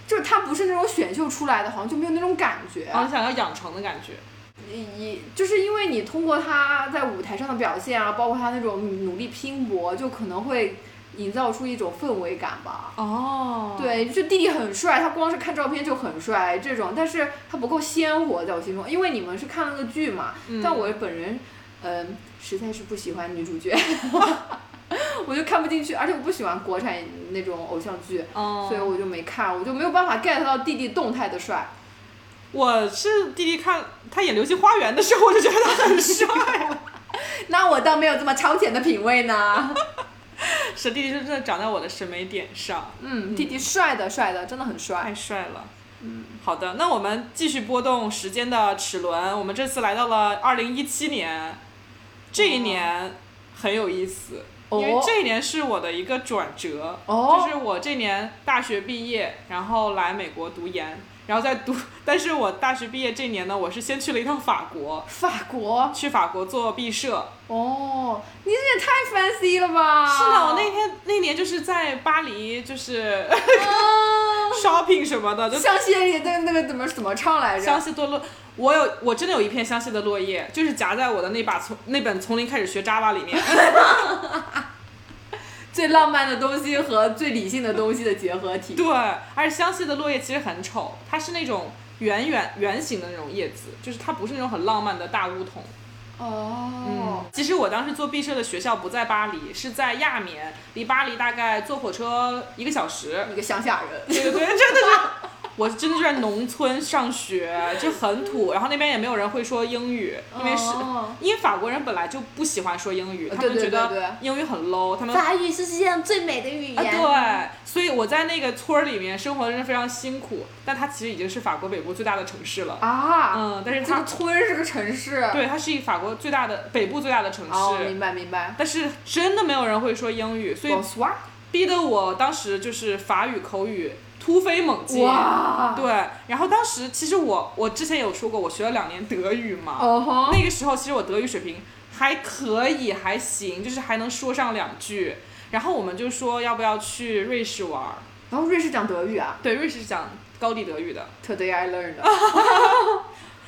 Speaker 2: 就是他不是那种选秀出来的，好像就没有那种感觉。
Speaker 1: 然后想要养成的感觉。
Speaker 2: 你就是因为你通过他在舞台上的表现啊，包括他那种努力拼搏，就可能会营造出一种氛围感吧。
Speaker 1: 哦，
Speaker 2: 对，就弟弟很帅，他光是看照片就很帅这种，但是他不够鲜活，在我心中，因为你们是看了个剧嘛，
Speaker 1: 嗯
Speaker 2: 但我本人，嗯、实在是不喜欢女主 角，我就看不进去，而且我不喜欢国产那种偶像剧，
Speaker 1: 哦，
Speaker 2: 所以我就没看，我就没有办法 get 到弟弟动态的帅。
Speaker 1: 我是弟弟看他演《流星花园》的时候，我就觉得他很 帅。
Speaker 2: 那我倒没有这么超前的品味呢。
Speaker 1: 是弟弟是真的长在我的审美点上，
Speaker 2: 嗯，弟弟帅的帅的，真的很帅。
Speaker 1: 太帅了。嗯，好的，那我们继续拨动时间的齿轮，我们这次来到了二零一七年，这一年很有意思，
Speaker 2: 哦
Speaker 1: 因为这一年是我的一个转折，
Speaker 2: 哦
Speaker 1: 就是我这年大学毕业，然后来美国读研，然后再读， 但是我大学毕业这年呢，我是先去了一趟法国，
Speaker 2: 法国
Speaker 1: 去法国做毕设，
Speaker 2: 哦，你这也太 fancy 了吧？
Speaker 1: 是的，我那天那年就是在巴黎，就是
Speaker 2: 啊
Speaker 1: shopping 什么的，就
Speaker 2: 香榭里那那个怎么怎么唱来
Speaker 1: 香
Speaker 2: 着？
Speaker 1: 榭多落。我有，我真的有一片香榭的落叶，就是夹在我的那把从那本《从零开始学 Java》里面。
Speaker 2: 最浪漫的东西和最理性的东西的结合体。
Speaker 1: 对，而且湘西的落叶其实很丑，它是那种圆圆圆形的那种叶子，就是它不是那种很浪漫的大乌桐。嗯
Speaker 2: 哦，
Speaker 1: 其实我当时做毕设的学校不在巴黎，是在亚眠，离巴黎大概坐火车一个小时。
Speaker 2: 一个乡下人，
Speaker 1: 对对对，真的是，我真的是在农村上学，就很土。然后那边也没有人会说英语，因为是、
Speaker 2: 哦
Speaker 1: 因为法国人本来就不喜欢说英语，他
Speaker 2: 对
Speaker 1: 们
Speaker 2: 对
Speaker 1: 觉
Speaker 2: 对对
Speaker 1: 得英语很 low，他们
Speaker 3: 法语是世界上最美的语言。
Speaker 1: 啊，对，所以我在那个村儿里面生活的是非常辛苦，但它其实已经是法国北部最大的城市了。
Speaker 2: 啊，
Speaker 1: 嗯，但是
Speaker 2: 这个
Speaker 1: 它
Speaker 2: 村是个城市。
Speaker 1: 对它是一法国最大的北部最大的城市，
Speaker 2: 哦，明白哦明白。
Speaker 1: 但是真的没有人会说英语，所以
Speaker 2: Bonsoir
Speaker 1: 逼得我当时就是法语口语突飞猛进。
Speaker 2: 哇，
Speaker 1: 对，然后当时其实我我之前有说过，我学了两年德语嘛，
Speaker 2: 哦吼，
Speaker 1: 那个时候其实我德语水平还可以，还行，就是还能说上两句。然后我们就说要不要去瑞士玩儿？
Speaker 2: 然后瑞士讲德语啊
Speaker 1: 对，瑞士是讲高地德语的。
Speaker 2: ，Today
Speaker 1: 啊
Speaker 2: I learned。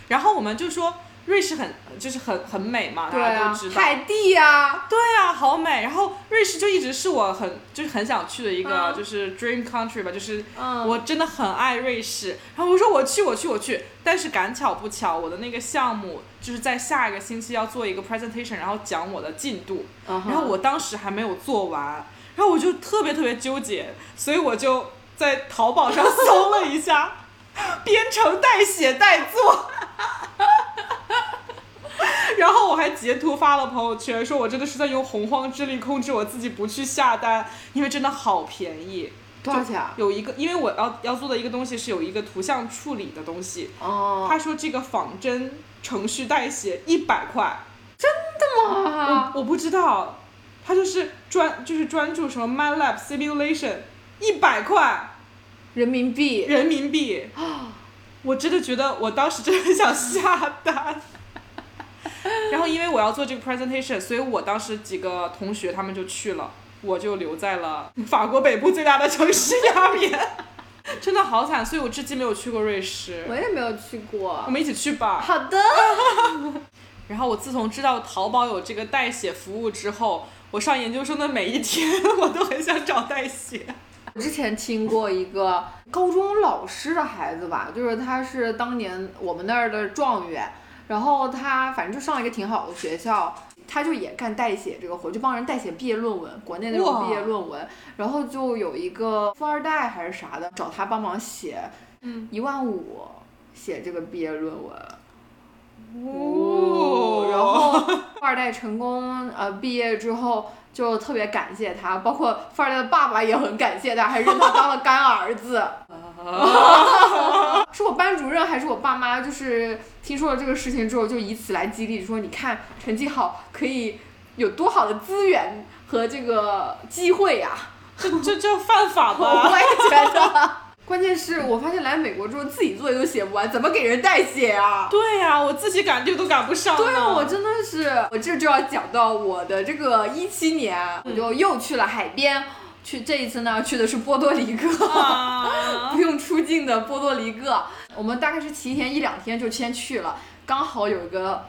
Speaker 1: 然后我们就说瑞士很就是很很美嘛，
Speaker 2: 对
Speaker 1: 大家
Speaker 2: 啊
Speaker 1: 都知，道。
Speaker 2: 海地呀，
Speaker 1: 对啊，好美。然后瑞士就一直是我很就是很想去的一个
Speaker 2: 嗯
Speaker 1: 就是 dream country 吧，就是
Speaker 2: 嗯，
Speaker 1: 我真的很爱瑞士。然后我说我去我去我去，但是赶巧不巧，我的那个项目就是在下一个星期要做一个 presentation，然后讲我的进度。
Speaker 2: 然
Speaker 1: 然后我当时还没有做完，然后我就特别特别纠结，所以我就在淘宝上搜了一下，编程代写代做，然后我还截图发了朋友圈，说我真的是在用洪荒之力控制我自己不去下单，因为真的好便宜。
Speaker 2: 多少钱啊？
Speaker 1: 有一个，因为我要要做的一个东西是有一个图像处理的东西，
Speaker 2: 哦，
Speaker 1: 他说这个仿真程序代写一百块。
Speaker 2: 哇，
Speaker 1: 我不知道，他就是专就是专注什么 MATLAB simulation，一百块
Speaker 2: 人民币
Speaker 1: 人民币，我真的觉得我当时真的想下单。然后因为我要做这个 presentation，所以我当时几个同学他们就去了，我就留在了法国北部最大的城市亚眠， 真的好惨，所以我至今没有去过瑞士。
Speaker 2: 我也没有去
Speaker 1: 我
Speaker 2: 过。
Speaker 1: 们一起去吧。
Speaker 2: 好的，
Speaker 1: 然后我自从知道淘宝有这个代写服务之后，我上研究生的每一天，我都很想找代写。
Speaker 2: 我之前听过一个高中老师的孩子吧，就是他是当年我们那儿的状元，然后他反正就上了一个挺好的学校，他就也干代写这个活，就帮人代写毕业论文，国内那种
Speaker 1: 哇
Speaker 2: 毕业论文，然后就有一个富二代还是啥的找他帮忙写，
Speaker 1: 嗯，
Speaker 2: 一万五写这个毕业论文，
Speaker 1: 哦，
Speaker 2: 然后富 二代成功呃毕业之后就特别感谢他，包括富二代的爸爸也很感谢他，还认他当了干儿 子。是我班主任还是我爸妈，就是听说了这个事情之后，就以此来激励，说你看成绩好可以有多好的资源和这个机会 呀、
Speaker 1: 这这这犯法 吧？
Speaker 2: 我也觉得，关键是我发现来美国之后自己作业都写不完，怎么给人代写啊？
Speaker 1: 对呀、我自己赶这个都赶不上呢。
Speaker 2: 对啊，我真的是，我这就要讲到我的这个一七年，我就又去了海边，去这一次呢去的是波多黎各，
Speaker 1: 啊，
Speaker 2: 不用出境的波多黎各，我们大概是提前一两天就先去了，刚好有一个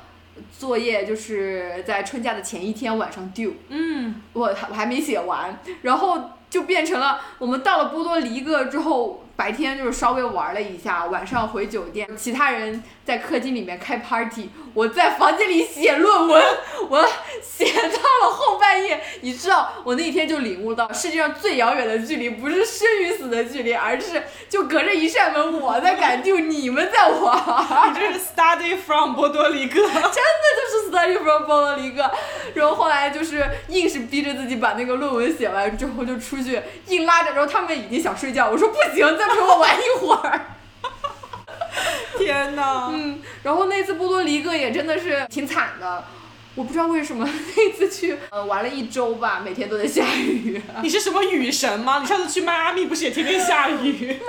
Speaker 2: 作业就是在春假的前一天晚上 due，
Speaker 1: 嗯，
Speaker 2: 我还我还没写完，然后就变成了我们到了波多黎各之后，白天就是稍微玩了一下，晚上回酒店，其他人在客厅里面开 party，我在房间里写论文，我写到了后半夜。你知道，我那一天就领悟到，世界上最遥远的距离不是生与死的距离，而是就隔着一扇门，我在赶就你们在玩。
Speaker 1: 你这是 study from 波多黎 各。
Speaker 2: 真的就是 study from 波多黎各，然后后来就是硬是逼着自己把那个论文写完之后就出去，硬拉着，然后他们已经想睡觉，我说不行，再陪我玩一会儿。
Speaker 1: 天哪！
Speaker 2: 嗯，然后那次波多黎各也真的是挺惨的，我不知道为什么 那次去呃玩了一周吧，每天都在下雨。
Speaker 1: 你是什么雨神吗？你上次去迈阿密不是也天天下 雨？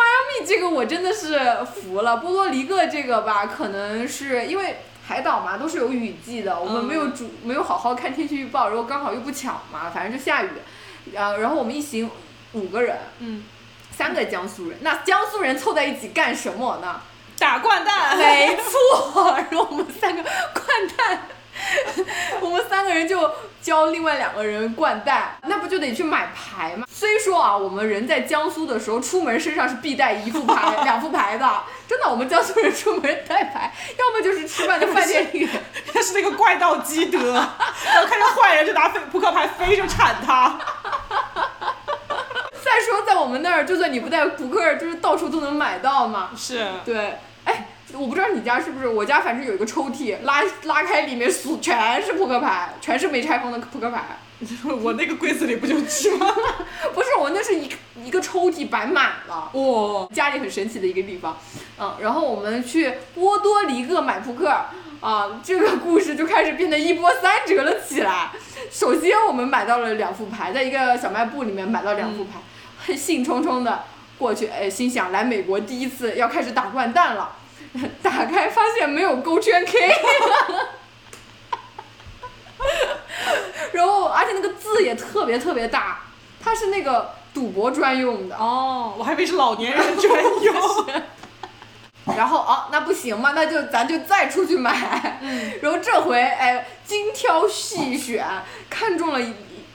Speaker 2: 这个我真的是服了。波多黎各这个吧，可能是因为海岛嘛，都是有雨季的，我们
Speaker 1: 嗯
Speaker 2: 没有主、没有好好看天气预报，然后刚好又不巧嘛，反正就下雨。呃，然后我们一行五个人，
Speaker 1: 嗯，
Speaker 2: 三个江苏人，那江苏人凑在一起干什么呢？
Speaker 1: 打掼蛋。
Speaker 2: 没错，然后我们三个掼蛋。我们三个人就教另外两个人掼带，那不就得去买牌吗？虽说啊，我们人在江苏的时候，出门身上是必带一副牌、两副牌的，真的，我们江苏人出门带牌，要么就是吃饭的饭店里。
Speaker 1: 他是那个怪盗基德，然后看到坏人就拿飞扑克牌飞着铲他。
Speaker 2: 再说，在我们那儿，就算你不带扑克，就是到处都能买到嘛。
Speaker 1: 是，
Speaker 2: 对，哎，我不知道你家是不是，我家反正有一个抽屉，拉拉开里面数全是扑克牌，全是没拆封的扑克牌。
Speaker 1: 我那个柜子里不就是吗？
Speaker 2: 不是，我那是一个一个抽屉摆满了，
Speaker 1: 哦，
Speaker 2: 家里很神奇的一个地方。嗯，然后我们去波多黎各买扑克，啊，这个故事就开始变得一波三折了起来。首先我们买到了两副牌，在一个小卖部里面买到两副牌，很兴冲冲的过去，哎，心想来美国第一次要开始打掼蛋了。 打开发现没有勾圈 K，然后而且那个字也特别特别大，它是那个赌博专用的。
Speaker 1: 哦，我还以为是老年人专 用。
Speaker 2: 然后哦，那不行嘛，那就咱就再出去买。
Speaker 1: 嗯
Speaker 2: 然后这回哎，精挑细选，看中了一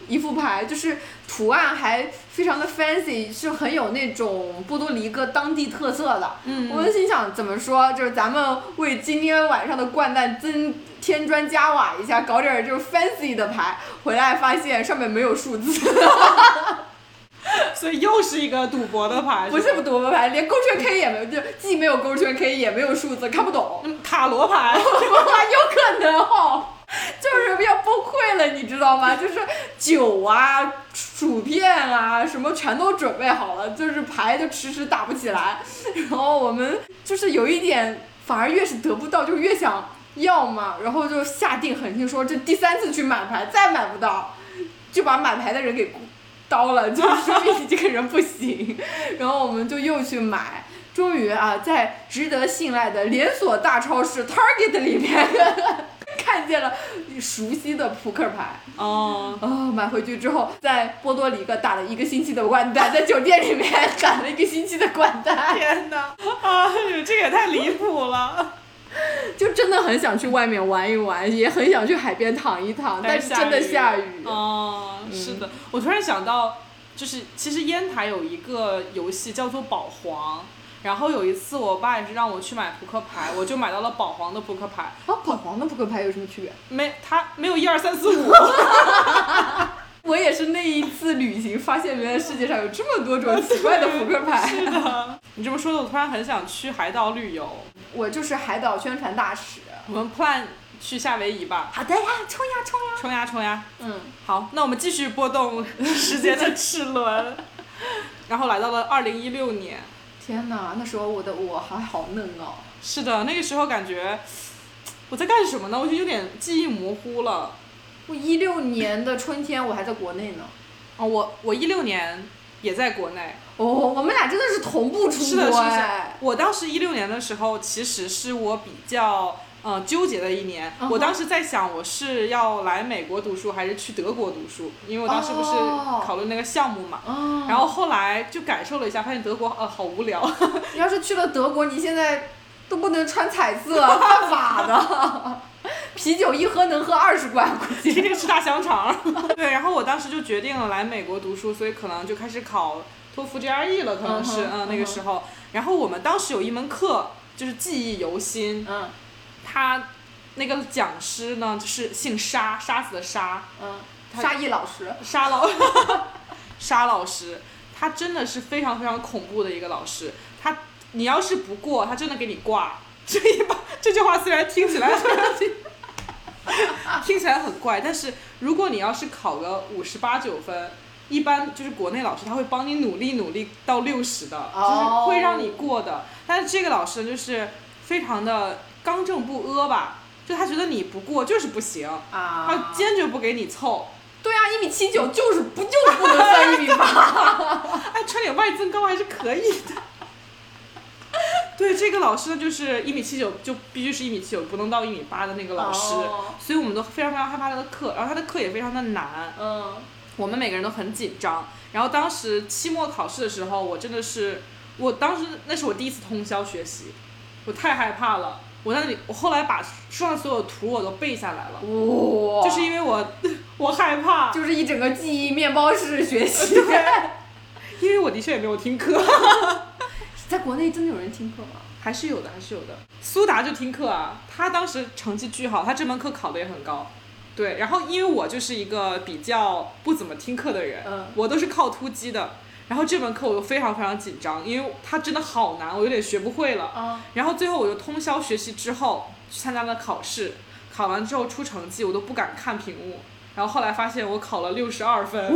Speaker 2: 一副牌，就是图案还非常的 fancy，是很有那种波多黎各当地特色的。
Speaker 1: 嗯
Speaker 2: 我就心想，怎么说，就是咱们为今天晚上的掼蛋增添砖加瓦一下，搞点儿就是 fancy 的牌。回来发现上面没有数字，
Speaker 1: 所以又是一个赌博的牌，
Speaker 2: 不
Speaker 1: 是
Speaker 2: 是
Speaker 1: 吧
Speaker 2: 不多牌，连勾圈 K 也没有，就既没有勾圈 K，也没有数字，看不懂。
Speaker 1: 嗯塔罗 牌。
Speaker 2: 有可能哦，就是要崩溃了，你知道吗？就是酒啊、薯片啊，什么全都准备好了，就是牌就迟迟打不起来。然后我们就是有一点，反而越是得不到，就越想要嘛。然后就下定狠心说，这第三次去买牌，再买不到，就把买牌的人给刀了，就是说明你这个人不行。然后我们就又去买。终于啊，在值得信赖的连锁大超市 Target 里面看见了熟悉的扑克牌。
Speaker 1: 哦，
Speaker 2: 哦，买回去之后，在波多黎各打了一个星期的掼蛋，在酒店里面打了一个星期的掼蛋，
Speaker 1: 天哪！ 哎呦，这也太离谱了。
Speaker 2: 就真的很想去外面玩一玩，也很想去海边躺一躺， 但是真的下雨。嗯
Speaker 1: 哦，是的，我突然想到，就是其实烟台有一个游戏叫做保皇。然后有一次，我爸也是让我去买扑克牌，我就买到了保皇的扑克牌，
Speaker 2: 啊，保皇的扑克牌有什么区别？
Speaker 1: 没它没有一二三四五，
Speaker 2: 我也是那一次旅行发现，原来世界上有这么多种奇怪的扑克 牌。
Speaker 1: 是的，你这么说的，我突然很想去海岛旅游。
Speaker 2: 我就是海岛宣传大使。
Speaker 1: 我们 plan 去夏威夷吧，
Speaker 2: 好的呀，冲呀冲呀！
Speaker 1: 冲呀冲呀！
Speaker 2: 嗯。
Speaker 1: 好，那我们继续拨动时间的齿 轮，然后来到了二零一六年。
Speaker 2: 天哪，那时候我的我还好嫩哦。
Speaker 1: 是的，那个时候感觉我在干什么呢？我就有点记忆模糊了。
Speaker 2: 我一六年的春天我还在国内呢。
Speaker 1: 哦，我我一六年也在国内，
Speaker 2: 哦，我们俩真的是同步出
Speaker 1: 是的，是
Speaker 2: 国
Speaker 1: 的是的
Speaker 2: 哎。。
Speaker 1: 我当时一六年的时候，其实是我比较呃纠结的一年。
Speaker 2: 嗯哼
Speaker 1: 我当时在想，我是要来美国读书还是去德国读书？因为我当时不是
Speaker 2: 哦
Speaker 1: 考虑那个项目嘛。
Speaker 2: 哦
Speaker 1: 然后后来就感受了一下，发现德国呃好无 聊。
Speaker 2: 你要是去了德国，你现在都不能穿 彩色，犯法的。啤酒一喝能喝二十罐，估
Speaker 1: 天
Speaker 2: 计。
Speaker 1: 天吃大香肠。 对，然后我当时就决定了来美国读书，所以可能就开始考托福 GRE 了，可能是
Speaker 2: 嗯哼
Speaker 1: 嗯那个时候。然后我们当时有一门课就是记忆犹新，
Speaker 2: 嗯
Speaker 1: 他那个讲师呢就是姓沙，沙子的沙，
Speaker 2: 嗯，
Speaker 1: 他
Speaker 2: 沙溢老师。
Speaker 1: 沙老 沙老师，他真的是非常非常恐怖的一个老师。他你要是不过，他真的给你挂。这一把 这句话虽然听起来 听起来很怪，但是如果你要是考个五十八九分，一般就是国内老师他会帮你努力努力到六十的，就是会让你过的。但是这个老师就是非常的刚正不阿吧，就他觉得你不过就是不行，他
Speaker 2: 啊。
Speaker 1: 坚决不给你凑。
Speaker 2: 对啊，一米七九就是不就是不能算一米 八。
Speaker 1: 哎，穿点外增高还是可以的。对，这个老师呢，就是一米七九，就必须是一米七九，不能到一米八的那个老师
Speaker 2: 哦
Speaker 1: 所以我们都非常非常害怕他的课，然后他的课也非常的难，
Speaker 2: 嗯。
Speaker 1: 我们每个人都很紧张。然后当时期末考试的时候，我真的是，我当时那是我第一次通宵学习，我太害怕了。我在那里，我后来把书上所有图我都背下来了，
Speaker 2: 嗯哇，
Speaker 1: 就是因为我 我害怕，
Speaker 2: 就是一整个记忆面包式学 习。
Speaker 1: 因为我的确也没有听课，
Speaker 2: 在国内真的有人听课吗？
Speaker 1: 还是有的，还是有的。苏达就听课啊，他当时成绩巨好，他这门课考的也很高。对，然后因为我就是一个比较不怎么听课的人，
Speaker 2: 嗯
Speaker 1: 我都是靠突击的。然后这门课我又非常非常紧张，因为它真的好难，我有点学不会了。
Speaker 2: 啊，
Speaker 1: 然后最后我就通宵学习之后去参加了考试，考完之后出成绩我都不敢看屏幕，然后后来发现我考了六十二分，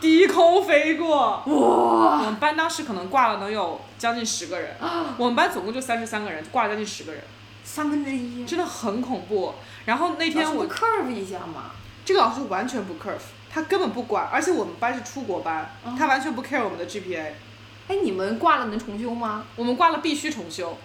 Speaker 1: 低空飞过。我们班当时可能挂了能有将近十个人，我们班总共就三十三个人，挂了将近十个人，
Speaker 2: 三分之一。
Speaker 1: 真的很恐怖。然后那天我
Speaker 2: curve 一下嘛，
Speaker 1: 这个老师完全不 curve，他根本不管，而且我们班是出国班，他完全不 care 我们的 GPA，
Speaker 2: 哎，你们挂了能重修吗？
Speaker 1: 我们挂了必须重修。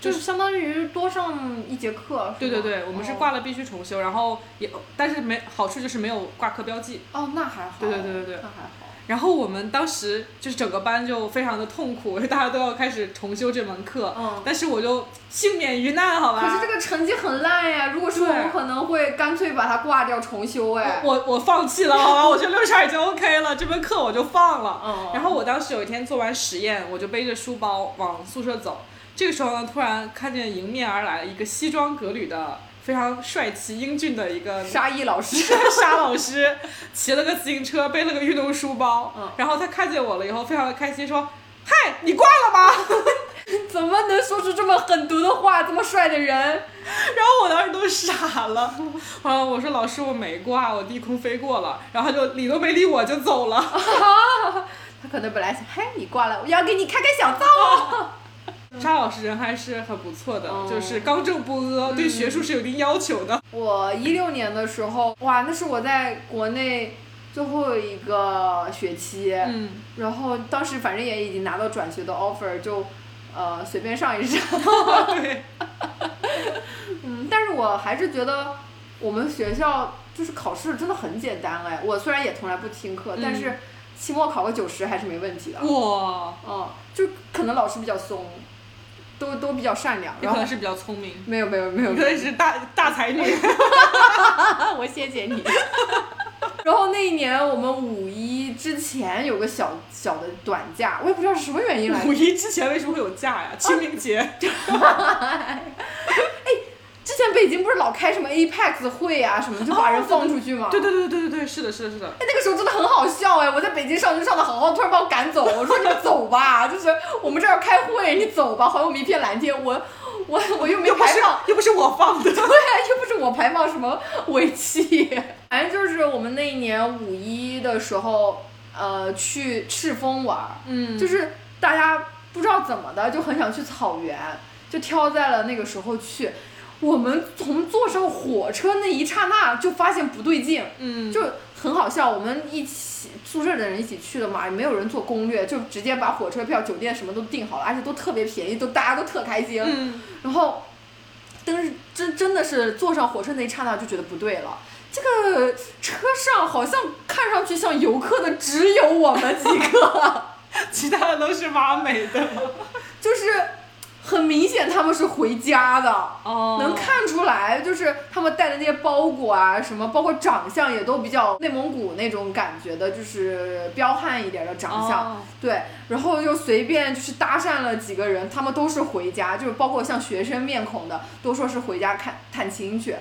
Speaker 2: 就是相当于多上一节课。
Speaker 1: 对对对，我们是挂
Speaker 2: 了。
Speaker 1: 了必须重修，然后也但是没好处就是没有挂科标记。
Speaker 2: 哦，那还好。
Speaker 1: 对对对对对
Speaker 2: 那还好。
Speaker 1: 然后我们当时就是整个班就非常的痛苦， 因为大家都要开始重修这门课。
Speaker 2: 嗯
Speaker 1: 但是我就幸免于难，好吧？
Speaker 2: 可是这个成绩很烂呀！如果说我
Speaker 1: 对
Speaker 2: 们可能会干脆把它挂掉重修，哎，
Speaker 1: 我我放弃了，好吧？我觉得六十二已经 OK 了，这门课我就放了。
Speaker 2: 嗯
Speaker 1: 然后我当时有一天做完实验，我就背着书包往宿舍走。这个时候呢，突然看见迎面而来一个西装革履的、非常帅气英俊的一个
Speaker 2: 沙溢老师，
Speaker 1: 沙老师骑了个自行车，背了个运动书包，
Speaker 2: 嗯
Speaker 1: 然后他看见我了以后，非常的开心，说：“嗨，你挂了吗
Speaker 2: 怎么能说出这么狠毒的话？这么帅的人，？”
Speaker 1: 然后我当时都傻了，然后我说：“老师，我没挂，我低空飞过了。”然后他就理都没理我就走了。
Speaker 2: 他可能本来想，嘿，你挂了，我要给你开开小灶 啊。
Speaker 1: 沙老师人还是很不错的，
Speaker 2: 哦
Speaker 1: 就是刚正不阿，对学术是有一定要求的。
Speaker 2: 我一六年的时候，哇，那是我在国内最后一个学期，
Speaker 1: 嗯，
Speaker 2: 然后当时反正也已经拿到转学的 offer，就呃随便上一上。
Speaker 1: 对，
Speaker 2: 嗯，但是我还是觉得我们学校就是考试真的很简单哎。我虽然也从来不听课，但是期末考个九十还是没问题的。
Speaker 1: 哇，
Speaker 2: 嗯，就可能老师比较松，都都比较善良。
Speaker 1: 你
Speaker 2: 然
Speaker 1: 可
Speaker 2: 后
Speaker 1: 能是比较聪明，
Speaker 2: 没有没有没有
Speaker 1: 你可能是大大才女。
Speaker 2: 啊， 我谢谢你。 然后那一年我们五一之前有个小小的短假，我也不知道是什么原因来 着
Speaker 1: 五。一之前为什么会有假呀？清明节。
Speaker 2: 之前北京不是老开什么 APEX 会啊什么，就把人放出去嘛。
Speaker 1: 哦对对对对对对，是的，是的，是的。
Speaker 2: 哎，那个时候真的很好笑哎！我在北京上学上的好好，突然把我赶走，我说你们走吧， 就是我们这儿要开会，你走吧，还我们一片蓝天。我我我又 没
Speaker 1: 又不
Speaker 2: 排
Speaker 1: 是
Speaker 2: 放，
Speaker 1: 又不是我放的。
Speaker 2: 对，啊又不是我排放什么尾气。 反正就是我们那一年五一的时候，呃，去赤峰玩儿，
Speaker 1: 嗯
Speaker 2: 就是是大家不知道怎么的，就很想去草原，就挑在了那个时候去。我们从坐上火车那一刹那就发现不对劲，
Speaker 1: 嗯
Speaker 2: 就很好笑。我们一起宿舍的人一起去的嘛，也没有人做攻略，就直接把火车票、酒店什么都订好了，而且都特别便宜，都大家都特开心。
Speaker 1: 嗯，
Speaker 2: 然后，但是真真的是坐上火车那一刹那就觉得不对了。这个车上好像看上去像游客的只有我们几个，
Speaker 1: 其他的都是挖美的。
Speaker 2: 就是很明显他们是回家的，
Speaker 1: 哦
Speaker 2: 能看出来就是他们带的那些包裹啊什么，包括长相也都比较内蒙古那种感觉的，就是彪悍一点的长相。
Speaker 1: 哦
Speaker 2: 对，然后又随便就是搭讪了几个人，他们都是回家，就是包括像学生面孔的，都说是回家看探亲去。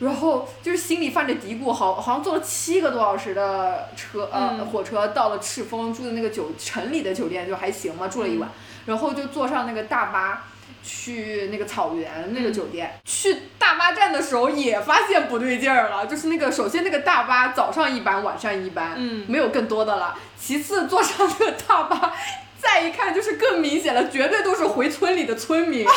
Speaker 2: 然后就是心里犯着嘀咕，好好像坐了七个多小时的车，呃，
Speaker 1: 嗯
Speaker 2: 火车到了赤峰，住的那个酒城里的酒店就还行嘛，住了一晚，然后就坐上那个大巴去那个草原那个酒店。去大巴站的时候也发现不对劲儿了，就是那个首先那个大巴早上一班，晚上一班，
Speaker 1: 嗯
Speaker 2: 没有更多的了。其次坐上这个大巴。 再一看就是更明显了，绝对都是回村里的村 民，然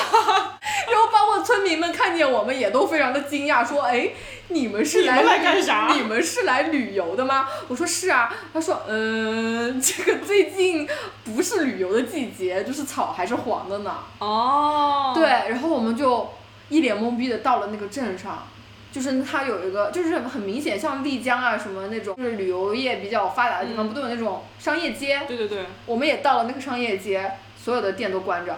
Speaker 2: 后包括村民们看见我们也都非常的惊讶，说：“哎，你们是
Speaker 1: 你们
Speaker 2: 来
Speaker 1: 来
Speaker 2: 旅
Speaker 1: 干啥
Speaker 2: 你们是来旅游的吗？”我说：“是啊。”他说：“嗯， 这个最近不是旅游的季节，就是草还是黄的呢。
Speaker 1: 哦，
Speaker 2: 对，，然后我们就一脸懵逼的到了那个镇上。就是它有一个，就是很明显，像丽江啊什么那种，就是旅游业比较发达的地方，
Speaker 1: 嗯
Speaker 2: 不都有那种商业街？
Speaker 1: 对对对，
Speaker 2: 我们也到了那个商业街，所有的店都关着，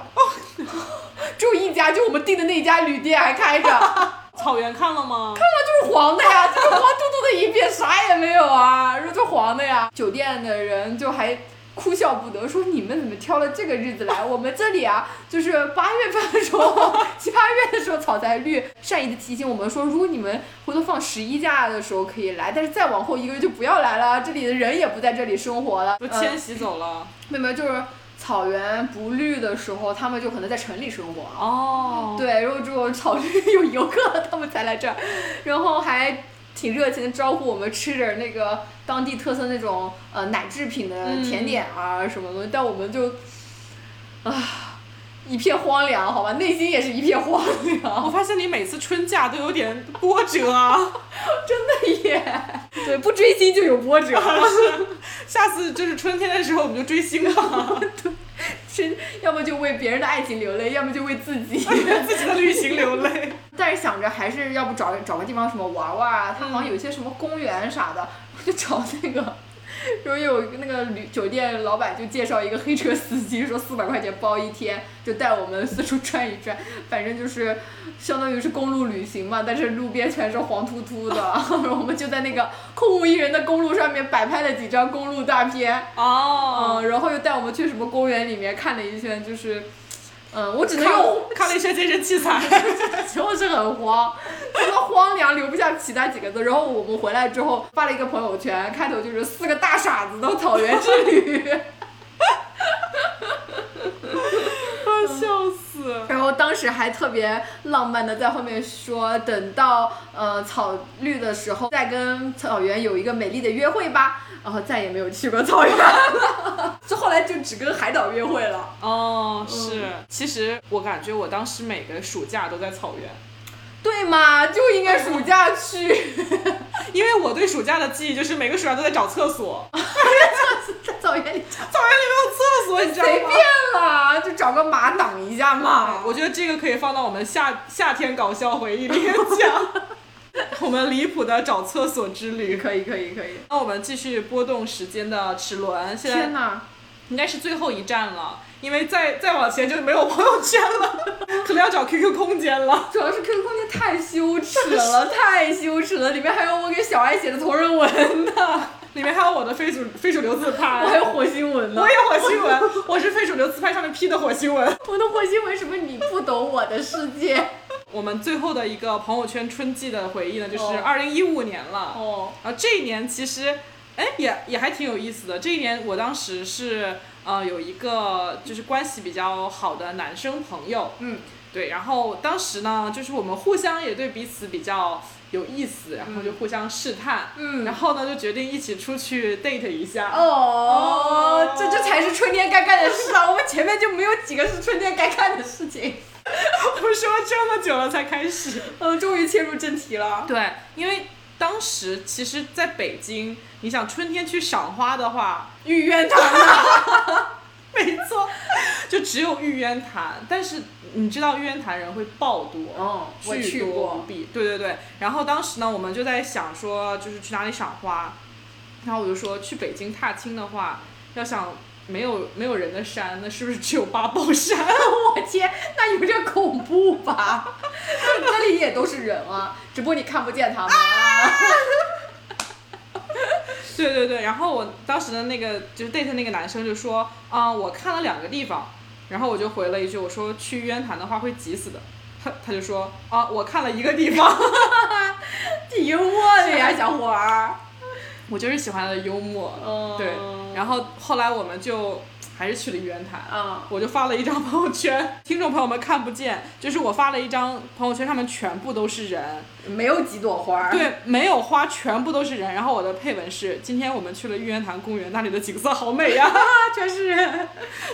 Speaker 2: 只有一家，就我们订的那家旅店还开着，
Speaker 1: 草原看了吗？
Speaker 2: 就是黄的呀，就是黄嘟嘟的一片，啥也没有啊，就黄的呀。酒店的人就还哭笑不得，说你们怎么挑了这个日子来？我们这里啊，就是八月份的时候， 七八月的时候草才绿，善意的提醒我们说，如果你们回头放十一假的时候可以来，但是再往后一个月就不要来了，这里的人也不在这里生活了。
Speaker 1: 都
Speaker 2: 呃
Speaker 1: 迁徙走了。
Speaker 2: 妹妹就是草原不绿的时候，他们就可能在城里生活啊。
Speaker 1: 哦，
Speaker 2: 对，然后只有草原有游客了，他们才来这儿，然后还挺热情的招呼我们吃点儿那个当地特色那种呃奶制品的甜点啊什么东西，但我们就啊一片荒凉，好吧，内心也是一片荒
Speaker 1: 我
Speaker 2: 凉，
Speaker 1: 发现你每次春假都有点波折 啊，
Speaker 2: 真的耶，对，不追星就有波折，
Speaker 1: 下次就是春天的时候我们就追星 吧，
Speaker 2: 是要么就为别人的爱情流泪，要么就为自己。
Speaker 1: 自己的旅行流泪。
Speaker 2: 但是想着还是要不找找个地方什么玩玩啊，它好像有一些什么公园啥的， 我就找那个。 然后有一个那个旅酒店老板就介绍一个黑车司机，说四百块钱包一天，就带我们四处转一转，反正就是相当于是公路旅行嘛，但是路边全是黄秃秃的， 然后我们就在那个空无一人的公路上面摆拍了几张公路大片，
Speaker 1: 哦，
Speaker 2: 嗯，然后又带我们去什么公园里面看了一圈，就是，嗯，
Speaker 1: 呃
Speaker 2: 我只能用
Speaker 1: 看看了一些健身器材，
Speaker 2: 就是很慌，除了荒凉留不下其他几个字。然后我们回来之后发了一个朋友圈，开头就是四个大傻子的草原之旅。
Speaker 1: 笑死。
Speaker 2: 然后当时还特别浪漫的在后面说，等到呃草绿的时候再跟草原有一个美丽的约会吧。然后再也没有去过草原了，就哦后来就只跟海岛约会了。
Speaker 1: 哦，
Speaker 2: 嗯
Speaker 1: 是。其实我感觉我当时每个暑假都在草原，
Speaker 2: 对嘛，就应该暑假 去。
Speaker 1: 因为我对暑假的记忆就是每个暑假都在找厕所，
Speaker 2: 在草原里
Speaker 1: 草原里没有厕所，你知道
Speaker 2: 随便
Speaker 1: 吗？啊
Speaker 2: 啦，就找个马挡一下 嘛。
Speaker 1: 我觉得这个可以放到我们夏夏天搞笑回忆里面 讲，我们离谱的找厕所之旅。
Speaker 2: 可以可以可以。
Speaker 1: 那我们继续拨动时间的齿轮，现
Speaker 2: 天
Speaker 1: 在
Speaker 2: 哪！
Speaker 1: 应该是最后一站了，因为再再往前就没有朋友圈了， 可能要找 QQ 空间了。
Speaker 2: 主要是 QQ 空间太羞耻了， 太羞耻了，里面还有我给小爱写的同人 文呢，
Speaker 1: 里面还有我的非主非主流自拍，
Speaker 2: 我还有火星文呢
Speaker 1: 我。有火星文，我是非主流自拍上面 P 的火星文。
Speaker 2: 我的火星文什么？你不懂我的世界。
Speaker 1: 我们最后的一个朋友圈春季的回忆呢，就是
Speaker 2: 哦
Speaker 1: 二零一五年了。
Speaker 2: 哦，
Speaker 1: 然后这一年其实，哎，也也还挺有意思的。这一年我当时是呃有一个就是关系比较好的男生朋友，
Speaker 2: 嗯，
Speaker 1: 对，然后当时呢，就是我们互相也对彼此比较有意思，然后就互相试探，
Speaker 2: 嗯
Speaker 1: 然后呢就决定一起出去 date 一下。
Speaker 2: 哦，这这才是春天该干的事啊！我 们前面就没有几个是春天该干的事情。
Speaker 1: 我们说这么久了才开始，
Speaker 2: 嗯，终于切入正题了。
Speaker 1: 对，因为当时其实在北京，你想春天去赏花的话，
Speaker 2: 玉渊潭 了，
Speaker 1: 没错， 就只有玉渊潭。但是你知道玉渊潭人会爆多，
Speaker 2: 嗯我
Speaker 1: 巨
Speaker 2: 去
Speaker 1: 多
Speaker 2: 过
Speaker 1: 无比。对对对。然后当时呢，我们就在想说，就是去哪里赏花。然后我就说，去北京踏青的话，要想没有没有人的山，那是不是只有八宝山？
Speaker 2: 我天，那有点恐怖吧？ 那里也都是人啊，只不过你看不见他们 啊。
Speaker 1: 对对对，然后我当时的那个就是 date 那个男生就说啊、我看了两个地方，然后我就回了一句，我说去玉渊潭的话会急死的。他他就说啊，我看了一个地方，
Speaker 2: 挺幽默的呀，小伙儿。
Speaker 1: 我就是喜欢他的幽默，
Speaker 2: 哦
Speaker 1: 对。然后后来我们就还是去了玉渊潭，
Speaker 2: 嗯
Speaker 1: 我就发了一张朋友圈，听众朋友们看不见，就是我发了一张朋友圈，上面全部都是人，
Speaker 2: 没有几朵花儿。，
Speaker 1: 对，没有花，全部都是人。然后我的配文是：今天我们去了玉渊潭公园，那里的景色好美呀， 全是人，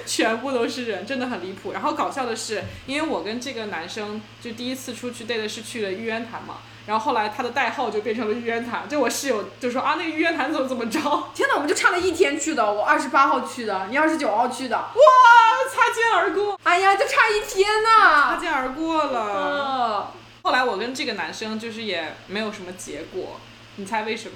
Speaker 1: 全部都是人，真的很离谱。然后搞笑的是，因为我跟这个男生就第一次出去 date 是去了玉渊潭嘛，然后后来他的代号就变成了玉渊潭，就我室友就说啊，那个玉渊潭怎么怎么着， 哇，
Speaker 2: 天哪，我们就差了一天去的，我二十八号去的，你二十九号去的，
Speaker 1: 擦肩而过，
Speaker 2: 哎呀，就差一天
Speaker 1: 擦
Speaker 2: 呐。
Speaker 1: 肩而过了。
Speaker 2: 嗯，
Speaker 1: 后来我跟这个男生就是也没有什么结果，你猜为什么？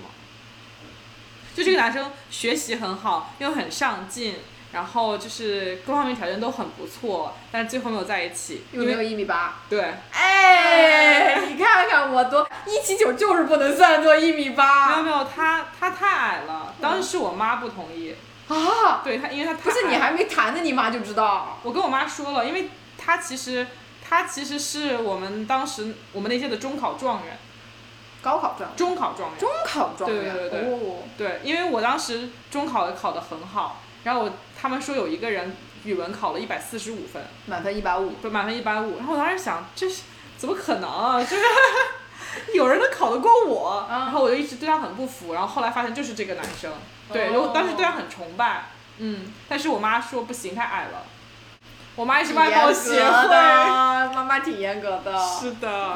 Speaker 1: 就这个男生学习很好，又很上进，然后就是各方面条件都很不错，但是最后没有在一起，
Speaker 2: 有
Speaker 1: 因
Speaker 2: 没
Speaker 1: 为
Speaker 2: 有一米八？
Speaker 1: 对，
Speaker 2: 哎，你看看我多一七九，就是不能算作一
Speaker 1: 没
Speaker 2: 米
Speaker 1: 有
Speaker 2: 八
Speaker 1: 没有，他他太矮了，当时是我妈不同意，
Speaker 2: 嗯啊！
Speaker 1: 对他，因为他太
Speaker 2: 不是你
Speaker 1: 矮
Speaker 2: 还没谈呢，你妈就知道。
Speaker 1: 我跟我妈说了，因为她其实她其实是我们当时我们那届的中考状元，
Speaker 2: 高考状元，
Speaker 1: 中考状元。
Speaker 2: 中考状元，
Speaker 1: 对对对
Speaker 2: 哦，
Speaker 1: 对，因为我当时中考考得很好，然后我他们说有一个人语文考了一百四十五分，
Speaker 2: 满分一百五。
Speaker 1: 不满分一百五，然后我当时想这是怎么可能啊？ 就是有人能考得过我？
Speaker 2: 嗯
Speaker 1: 然后我就一直对他很不服，然后后来发现就是这个男生，对，我
Speaker 2: 哦
Speaker 1: 当时对他很崇拜，嗯，但是我妈说不行，太矮了。我妈也是
Speaker 2: 挺
Speaker 1: 外貌
Speaker 2: 严
Speaker 1: 协
Speaker 2: 格的，嗯
Speaker 1: 会，
Speaker 2: 妈妈挺严格的。
Speaker 1: 是的，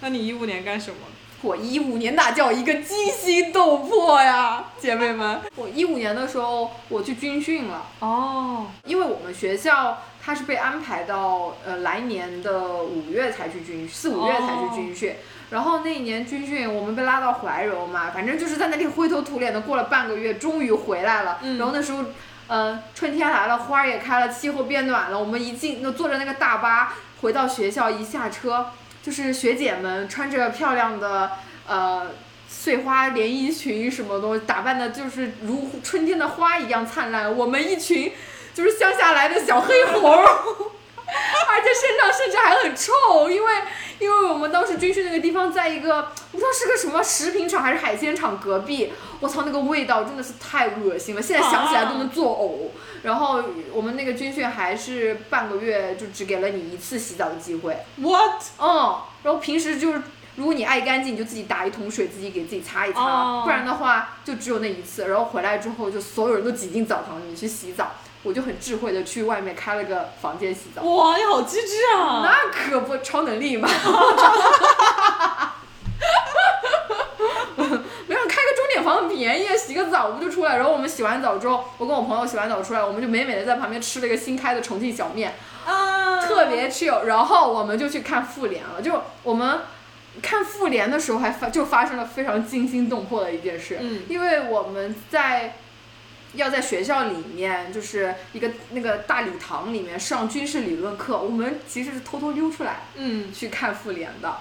Speaker 1: 那你一五年干什么？
Speaker 2: 我一五年那叫一个惊心动魄呀，姐妹们！我一五年的时候我去军训了，
Speaker 1: 哦，
Speaker 2: 因为我们学校它是被安排到呃来年的五月才去军，四五月才去军训。然后那一年军训，我们被拉到怀柔嘛，反正就是在那里灰头土脸的过了半个月，终于回来了。
Speaker 1: 嗯
Speaker 2: 然后那时候。呃，春天来了，花儿也开了，气候变暖了。我们一进那坐着那个大巴回到学校，一下车就是学姐们穿着漂亮的呃碎花连衣裙什么东西，打扮的就是如春天的花一样灿烂。我们一群就是乡下来的小黑猴儿， 而且身上甚至还很臭，因为因为我们当时军训那个地方在一个不知道是个什么食品厂还是海鲜厂隔壁，我操那个味道真的是太恶心了，现在想起来都能作呕。然后我们那个军训还是半个月，就只给了你一次洗澡的机会。
Speaker 1: What？
Speaker 2: 嗯，然后平时就是，如果你爱干净，你就自己打一桶水，自己给自己擦一擦，
Speaker 1: 哦
Speaker 2: 不然的话就只有那一次。然后回来之后，就所有人都挤进澡堂里面去洗澡，我就很智慧的去外面开了个房间洗澡，
Speaker 1: 哇，你好机智啊！
Speaker 2: 那可不超能力嘛。 没有开个钟点房很便宜，洗个澡不就出来？然后我们洗完澡之后，我跟我朋友洗完澡出来，我们就美美的在旁边吃了一个新开的重庆小面，
Speaker 1: 啊，
Speaker 2: 特别 chill。然后我们就去看复联了，就我们看复联的时候还发就发生了非常惊心动魄的一件事，
Speaker 1: 嗯
Speaker 2: 因为我们在。要在学校里面，就是一个那个大礼堂里面上军事理论课，我们其实是偷偷溜出来
Speaker 1: 嗯，
Speaker 2: 去看复联的，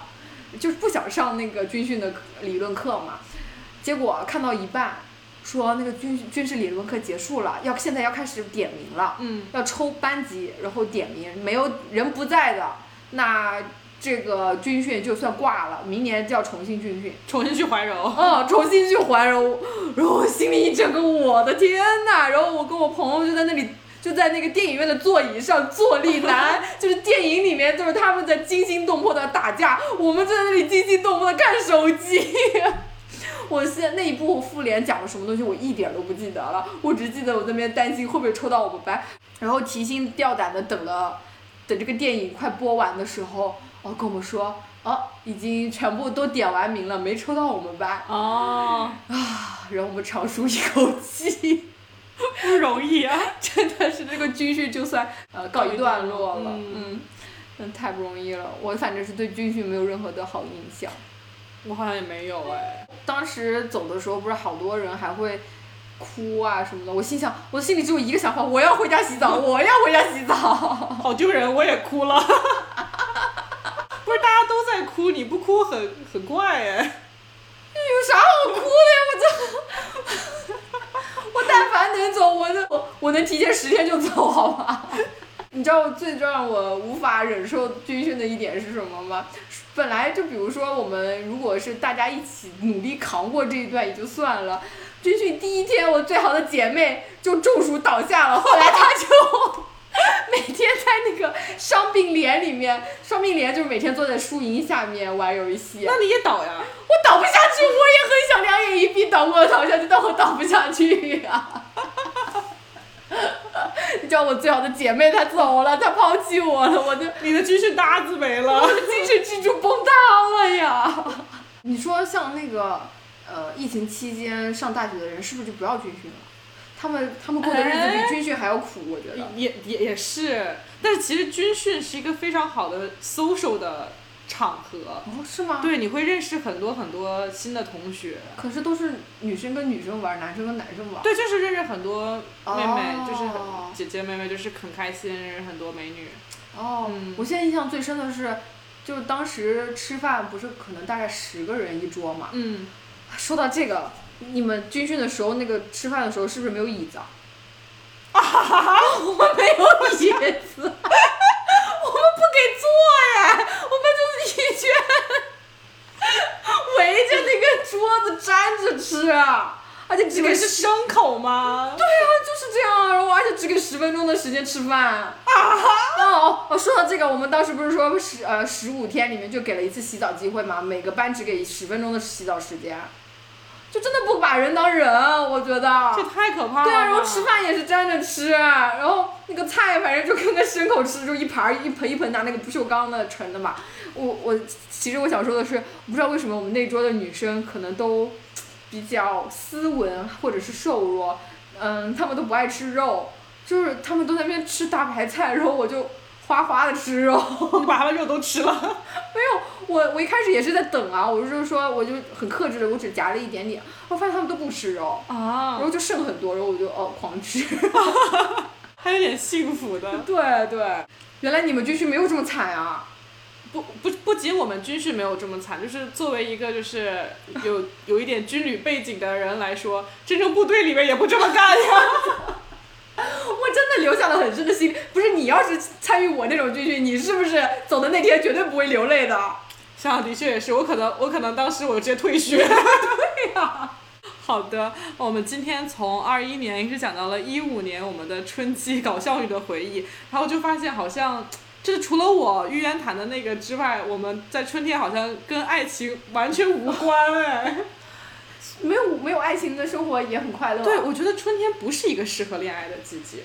Speaker 2: 就是不想上那个军训的课理论课嘛。结果看到一半，说那个军军事理论课结束了，要现在要开始点名了。
Speaker 1: 嗯
Speaker 2: 要抽班级，然后点名，没有人不在的，那这个军训就算挂了，明年就要重新军训，
Speaker 1: 重新去怀柔。
Speaker 2: 哦，重新去怀柔，然后我心里一整个我的天呐，然后我跟我朋友就在那里。就在那个电影院的座椅上坐立难， 就是电影里面就是他们在惊心动魄的打架，我们就在那里惊心动魄的看手机。 我现在那一部复联讲了什么东西，我一点儿都不记得了，我只记得我那边担心会不会抽到我们班，然后提心吊胆的等了，等这个电影快播完的时候，哦跟我们说，哦已经全部都点完名了，没抽到我们班，
Speaker 1: 哦，
Speaker 2: 然后我们长舒一口气，
Speaker 1: 不容易啊！
Speaker 2: 真的是这个军训就算呃告一段落了，
Speaker 1: 嗯
Speaker 2: 嗯，那、太不容易了，我反正是对军训没有任何的好印象。
Speaker 1: 我好像也没有哎。
Speaker 2: 当时走的时候，不是好多人还会哭啊什么的。我心想，我心里只有一个想法：我要回家洗澡，我要回家洗 澡。
Speaker 1: 好丢人，我也哭 了。不是大家都在哭，你不哭很很怪哎。
Speaker 2: 有啥好哭的呀？我这，我但凡能走，我就我我能提前十天就走，好吗？ 你知道最让我无法忍受军训的一点是什么吗？本来就比如说我们如果是大家一起努力扛过这一段也就算了，军训第一天我最好的姐妹就中暑倒下了，后来她就 每天在那个伤病连里面，伤病连就是每天坐在树荫下面玩游戏。啊
Speaker 1: 那你也倒呀？
Speaker 2: 我倒不下去，我也很想两眼一闭倒过倒下去，但我倒不下去呀、 你知道我最好的姐妹她走了，她抛弃我了，我就
Speaker 1: 你的军训搭子没了。
Speaker 2: 精神支柱崩塌了呀！ 你说像那个呃，疫情期间上大学的人，是不是就不要军训了？他们他们过的日子比军训还要苦，我觉得。
Speaker 1: 也也也是，但是其实军训是一个非常好的 social 的场合。
Speaker 2: 哦，是吗？
Speaker 1: 对，你会认识很多很多新的同学。
Speaker 2: 可是都是女生跟女生玩，男生跟男生玩。
Speaker 1: 对，就是认识很多妹妹，就是
Speaker 2: 哦
Speaker 1: 很姐姐妹妹，就是很开心，认识很多美女。
Speaker 2: 哦，
Speaker 1: 嗯
Speaker 2: 我现在印象最深的是，就是当时吃饭不是可能大概十个人一桌嘛。
Speaker 1: 嗯，
Speaker 2: 说到这个，你们军训的时候那个吃饭的时候是不是没有椅子啊？ 我们没有椅子，我们不给坐呀，我们就是一圈围着那个桌子站着吃啊，而且只
Speaker 1: 这
Speaker 2: 给
Speaker 1: 个
Speaker 2: 十
Speaker 1: 是牲口吗？
Speaker 2: 对啊，就是这样啊，然后而且只给十分钟的时间吃饭。啊！哦哦，说到这个，我们当时不是说十呃十五天里面就给了一次洗澡机会嘛，每个班只给十分钟的洗澡时间，就真的不把人当人，啊我觉得
Speaker 1: 这。太可怕了吧。
Speaker 2: 对啊，然后吃饭也是站着吃，啊然后那个菜反正就跟个牲口吃，就一盘儿一盆一盆拿那个不锈钢的盛的嘛。我我其实我想说的是，我不知道为什么我们那桌的女生可能都比较斯文或者是瘦弱，嗯，她们都不爱吃肉，就是她们都在那边吃大白菜，然后我就哗哗的吃肉。
Speaker 1: 你把他的肉都吃了。
Speaker 2: 我我一开始也是在等啊，我就是说我就很克制的，我只夹了一点点，我发现她们都不吃肉，然
Speaker 1: 啊，
Speaker 2: 后就剩很多，然后我就哦狂吃。
Speaker 1: 还有点幸福的。
Speaker 2: 对对，原来你们军训没有这么惨啊！
Speaker 1: 不不不仅我们军训没有这么惨，就是作为一个就是有有一点军旅背景的人来说，真正部队里面也不这么干呀。
Speaker 2: 我真的留下了很深的心。不是你要是参与我那种军训，你是不是走的那天绝对不会流泪的？
Speaker 1: 想想的确也是，我可能我可能当时我直接退学。 对呀、好的，我们今天从二一年一直讲到了一五年我们的春季搞笑女的回忆，然后就发现好像。就是除了我玉渊潭的那个之外，我们在春天好像跟爱情完全无关哎。
Speaker 2: 没有没有爱情的生活也很快乐。
Speaker 1: 对，我觉得春天不是一个适合恋爱的季节，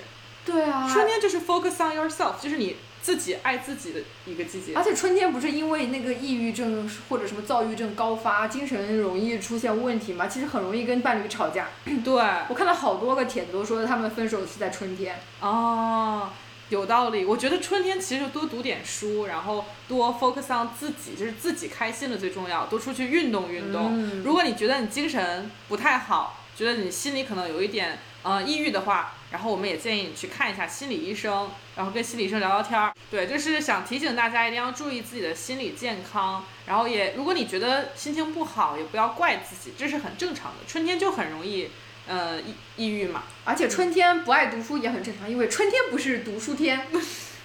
Speaker 2: 对啊，
Speaker 1: 春天就是 focus on yourself，就是你自己爱自己的一个季节
Speaker 2: 而。且春天不是因为那个抑郁症或者什么躁郁症高发，精神容易出现问题嘛？其实很容易跟伴侣吵架。
Speaker 1: 对，
Speaker 2: 我看到好多个帖子都说他们分手是在春天。
Speaker 1: 哦，有道理。我觉得春天其实多读点书，然后多 focus on 自己，就是自己开心的最重要，多出去运动运动。
Speaker 2: 嗯
Speaker 1: 如果你觉得你精神不太好，觉得你心里可能有一点呃抑郁的话，然后我们也建议你去看一下心理医生，然后跟心理医生聊聊天儿。对，就是想提醒大家一定要注意自己的心理健康，然后也如果你觉得心情不好，也不要怪自己，这是很正常的。春天就很容易呃抑抑郁嘛。
Speaker 2: 而且春天不爱读书也很正常，因为春天不是读书 天，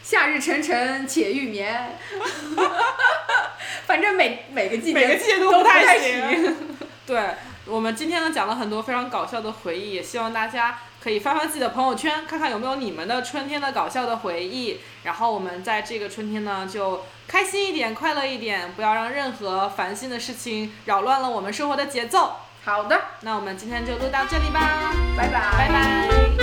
Speaker 2: 夏日沉沉且欲眠。 反正每每个季节
Speaker 1: 每个季节都
Speaker 2: 不
Speaker 1: 不太
Speaker 2: 行。
Speaker 1: 对我们今天呢讲了很多非常搞笑的回忆，也希望大家可以翻翻自己的朋友圈，看看有没有你们的春天的搞笑的回忆。然后我们在这个春天呢，就开心一点，快乐一点，不要让任何烦心的事情扰乱了我们生活的节奏。
Speaker 2: 好的，
Speaker 1: 那我们今天就录到这里吧，
Speaker 2: 拜拜
Speaker 1: 拜拜